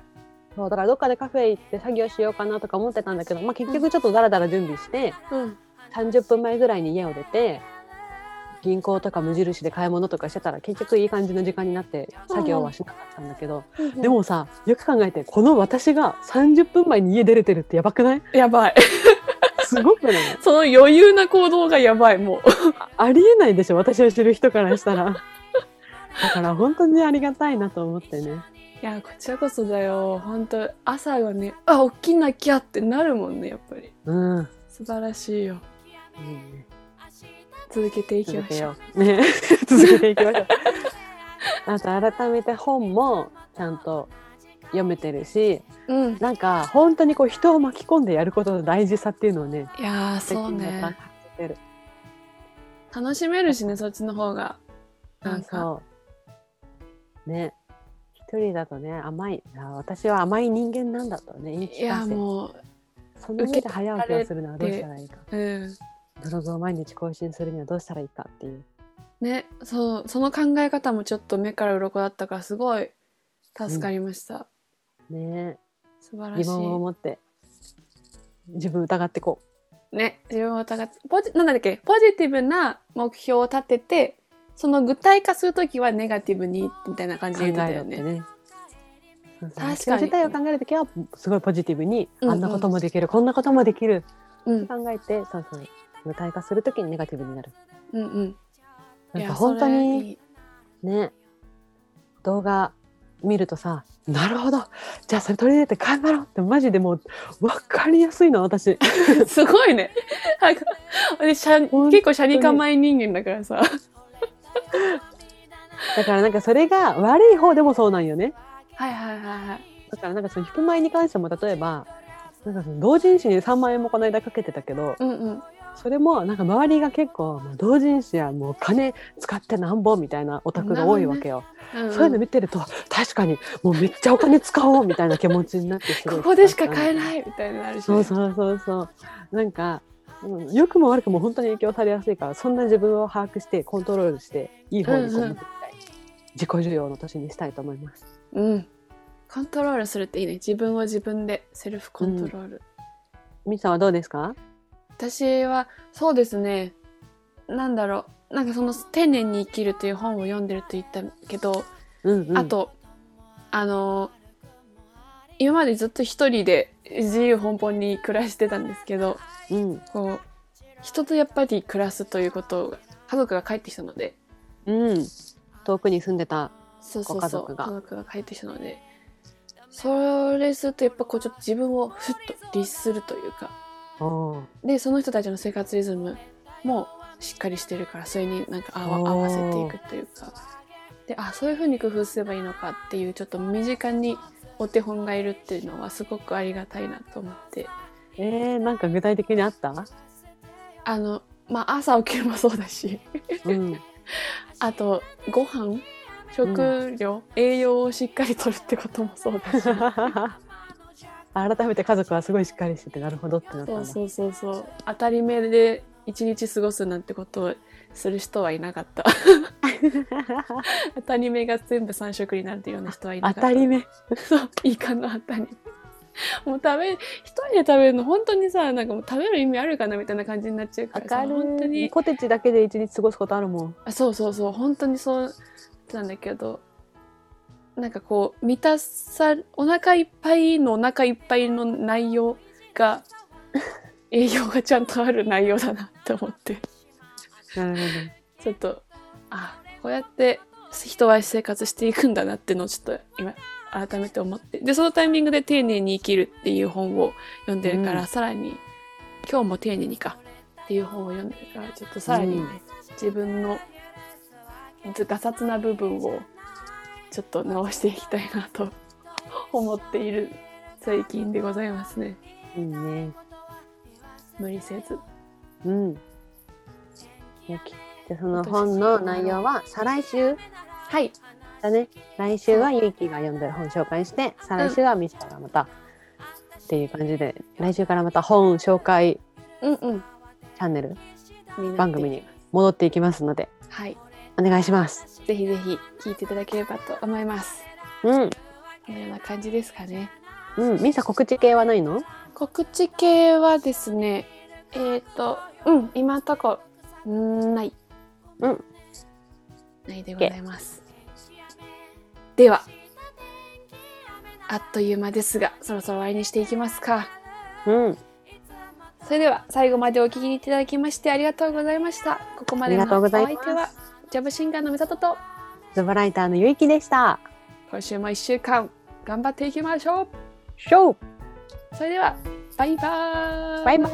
[SPEAKER 2] そうだからどっかでカフェ行って作業しようかなとか思ってたんだけど、まあ、結局ちょっとだらだら準備して
[SPEAKER 1] うん。
[SPEAKER 2] 30分前ぐらいに家を出て銀行とか無印で買い物とかしてたら結局いい感じの時間になって作業はしなかったんだけど、でもさよく考えてこの私が30分前に家出れてるってやばく
[SPEAKER 1] [LAUGHS]
[SPEAKER 2] ない
[SPEAKER 1] やばい。
[SPEAKER 2] すごくない
[SPEAKER 1] その余裕な行動がやばい、もう。
[SPEAKER 2] ありえないでしょ私を知る人からしたらだから本当にありがたいなと思ってね
[SPEAKER 1] いや、こちらこそだよ。本当朝がね、あ、起きなきゃってなるもんね、やっぱり。
[SPEAKER 2] うん
[SPEAKER 1] 素晴らしいよ。
[SPEAKER 2] いいね
[SPEAKER 1] 続けていき
[SPEAKER 2] 続
[SPEAKER 1] ま
[SPEAKER 2] け
[SPEAKER 1] しょ
[SPEAKER 2] よ
[SPEAKER 1] う。
[SPEAKER 2] うね [LAUGHS] 続けていきましょう [LAUGHS] あと改めて本もちゃんと読めてるし
[SPEAKER 1] うん。
[SPEAKER 2] なんか本当にこう人を巻き込んでやることの大事さっていうのをね
[SPEAKER 1] いやー、そう
[SPEAKER 2] 最近また
[SPEAKER 1] ね。
[SPEAKER 2] 感じてる
[SPEAKER 1] 楽しめるしね、そっちの方が。なんか、
[SPEAKER 2] そうね一人だとね甘いあ私は甘い人間なんだとね言い
[SPEAKER 1] い
[SPEAKER 2] 聞
[SPEAKER 1] や、
[SPEAKER 2] かせ
[SPEAKER 1] もう、
[SPEAKER 2] その上で早起きをするのはどうしたらいいか
[SPEAKER 1] うん。
[SPEAKER 2] ブログを毎日更新するにはどうしたらいいかっていう
[SPEAKER 1] ね、そう、その考え方もちょっと目から鱗だったから、すごい助かりました。
[SPEAKER 2] ね
[SPEAKER 1] 素晴ら
[SPEAKER 2] 疑
[SPEAKER 1] し
[SPEAKER 2] 問を
[SPEAKER 1] い。
[SPEAKER 2] 持って自分を疑ってこ
[SPEAKER 1] ね、自分を疑って、ポジ、なんだっけ、ポジティブな目標を立てて、その具体化するときはネガティブに、みたいな感
[SPEAKER 2] う
[SPEAKER 1] じ
[SPEAKER 2] 考
[SPEAKER 1] で
[SPEAKER 2] え
[SPEAKER 1] 言ってたよ
[SPEAKER 2] ろって
[SPEAKER 1] ね。
[SPEAKER 2] ね。そうそう
[SPEAKER 1] 確かに
[SPEAKER 2] 自体を考えるときはすごいポジティブに、
[SPEAKER 1] うんうん
[SPEAKER 2] あんなこともできるこんなこともできる
[SPEAKER 1] うん、
[SPEAKER 2] 考えてそうそう具体化するときにネガティブになる
[SPEAKER 1] うん、うん。
[SPEAKER 2] なん
[SPEAKER 1] い
[SPEAKER 2] か
[SPEAKER 1] や
[SPEAKER 2] 本当
[SPEAKER 1] それ
[SPEAKER 2] に
[SPEAKER 1] いい
[SPEAKER 2] ね動画見るとさなるほどじゃあそれ取り入れて頑張ろうってマジでもう分かりやすいの私
[SPEAKER 1] すごい [LAUGHS] ね。なんか私、しゃ結
[SPEAKER 2] 当に
[SPEAKER 1] 構シャニ構え人間だからさ。
[SPEAKER 2] だからなんかそれが悪い方でもそうなんよね
[SPEAKER 1] はいはいはいはい。
[SPEAKER 2] だからなんかその引く前に関しても例えばなんかその同人誌に3万円もこの間かけてたけど
[SPEAKER 1] うんうん。
[SPEAKER 2] それもなんか周りが結構もう同人誌はもう金使ってなんぼみたいなオタクが多いわけよ、
[SPEAKER 1] うんうん
[SPEAKER 2] そういうの見てると確かにもうめっちゃお金使おうみたいな気持ちになってすごい
[SPEAKER 1] ここでしか買え
[SPEAKER 2] い
[SPEAKER 1] ないみたいなのあるしね、
[SPEAKER 2] そうそうそうそう。なんか、うん良くも悪くも本当に影響されやすいから、そんな自分を把握して、コントロールして、いい方にこ
[SPEAKER 1] う
[SPEAKER 2] う
[SPEAKER 1] んうん
[SPEAKER 2] 持っていきたい。自己需要の年にしたいと思います。
[SPEAKER 1] うん。コントロールするっていいね。自分を自分でセルフコントロール。
[SPEAKER 2] みっさんはどうですか
[SPEAKER 1] 私はそうですねなんだろうなんかその「丁寧に生きる」という本を読んでると言ったけど、
[SPEAKER 2] うんうん、
[SPEAKER 1] あとあの今までずっと一人で自由奔放に暮らしてたんですけど
[SPEAKER 2] うん
[SPEAKER 1] こう人とやっぱり暮らすということが家族が帰ってきたので
[SPEAKER 2] うん、遠くに住んでた
[SPEAKER 1] そう
[SPEAKER 2] ご
[SPEAKER 1] そう
[SPEAKER 2] 家
[SPEAKER 1] そう
[SPEAKER 2] 族が
[SPEAKER 1] 家族が帰ってきたのでそれするとやっぱこうちょっと自分をふっと律するというか
[SPEAKER 2] おー
[SPEAKER 1] でその人たちの生活リズムもしっかりしてるからそれになんか合わ
[SPEAKER 2] おー
[SPEAKER 1] 合わせていくというかであそういうふうに工夫すればいいのかっていうちょっと身近にお手本がいるっていうのはすごくありがたいなと思って
[SPEAKER 2] えー、なんか具体的にあった、 [LAUGHS]
[SPEAKER 1] あのまあ朝起きるもそうだし [LAUGHS]
[SPEAKER 2] うん、
[SPEAKER 1] あとご飯食料、栄養をしっかりとるってこともそうだし
[SPEAKER 2] [LAUGHS] 改めて家族はすごいしっかりしててなるほどってなったん
[SPEAKER 1] そうそ
[SPEAKER 2] だ
[SPEAKER 1] うそうそう当たり目で一日過ごすなんてことをする人はいなかった
[SPEAKER 2] [LAUGHS]
[SPEAKER 1] 当たり目が全部3食になるような人はいな
[SPEAKER 2] 当
[SPEAKER 1] かった
[SPEAKER 2] たり目
[SPEAKER 1] そうイカの当たりもう食べ一人で食べるの本当にさなんかもう食べる意味あるかなみたいな感じになっちゃうからさ本当に
[SPEAKER 2] コテチだけで一日過ごすことあるもん
[SPEAKER 1] あそうそうそう本当にそうなんだけどなんかこう満たさお腹いっぱいのお腹いっぱいの内容
[SPEAKER 2] [LAUGHS]
[SPEAKER 1] が栄養がちゃんとある内容だなって思って
[SPEAKER 2] なるほ
[SPEAKER 1] ちょっとあこうやって人は生活していくんだなってのをちょっと今改めて思ってでそのタイミングで「丁寧に生きる」っていう本を読んでるから、
[SPEAKER 2] うん
[SPEAKER 1] さらに「今日も丁寧にか」っていう本を読んでるからちょっとさらにね、
[SPEAKER 2] うん
[SPEAKER 1] 自分のガサツな部分をちょっと直していきたいなと [LAUGHS] 思っている最近でございますね
[SPEAKER 2] どいいね
[SPEAKER 1] 無理せず
[SPEAKER 2] うんよきじゃあその本の内容は再来週
[SPEAKER 1] はい
[SPEAKER 2] だね来週はゆいきが読んでる本紹介して再来週はみちかがまた、っていう感じで来週からまた本紹介
[SPEAKER 1] うんうん
[SPEAKER 2] チャンネル
[SPEAKER 1] になって
[SPEAKER 2] 番組に戻っていきますので
[SPEAKER 1] はい
[SPEAKER 2] お願いします
[SPEAKER 1] ぜひぜひ聞いていただければと思います。
[SPEAKER 2] うん
[SPEAKER 1] このような感じですかね。
[SPEAKER 2] うんみさ告知系はないの
[SPEAKER 1] 告知系はですね、えっ、と、うん、今のとこ、うんない。
[SPEAKER 2] うん。
[SPEAKER 1] ないでございます。では、あっという間ですが、そろそろ終わりにしていきますか。
[SPEAKER 2] うん
[SPEAKER 1] それでは、最後までお聞きいただきましてありがとうございました。ここまでの
[SPEAKER 2] あ
[SPEAKER 1] お
[SPEAKER 2] りがとうござい
[SPEAKER 1] 相
[SPEAKER 2] ます
[SPEAKER 1] 手は、ジャブシンガーの美里と、
[SPEAKER 2] ズボライターのゆいきでした
[SPEAKER 1] 今週も1週間、頑張っていきましょう
[SPEAKER 2] ショー
[SPEAKER 1] それでは、バイバーイ。
[SPEAKER 2] バイバ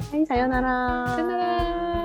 [SPEAKER 2] ーイさようなら
[SPEAKER 1] さよなら。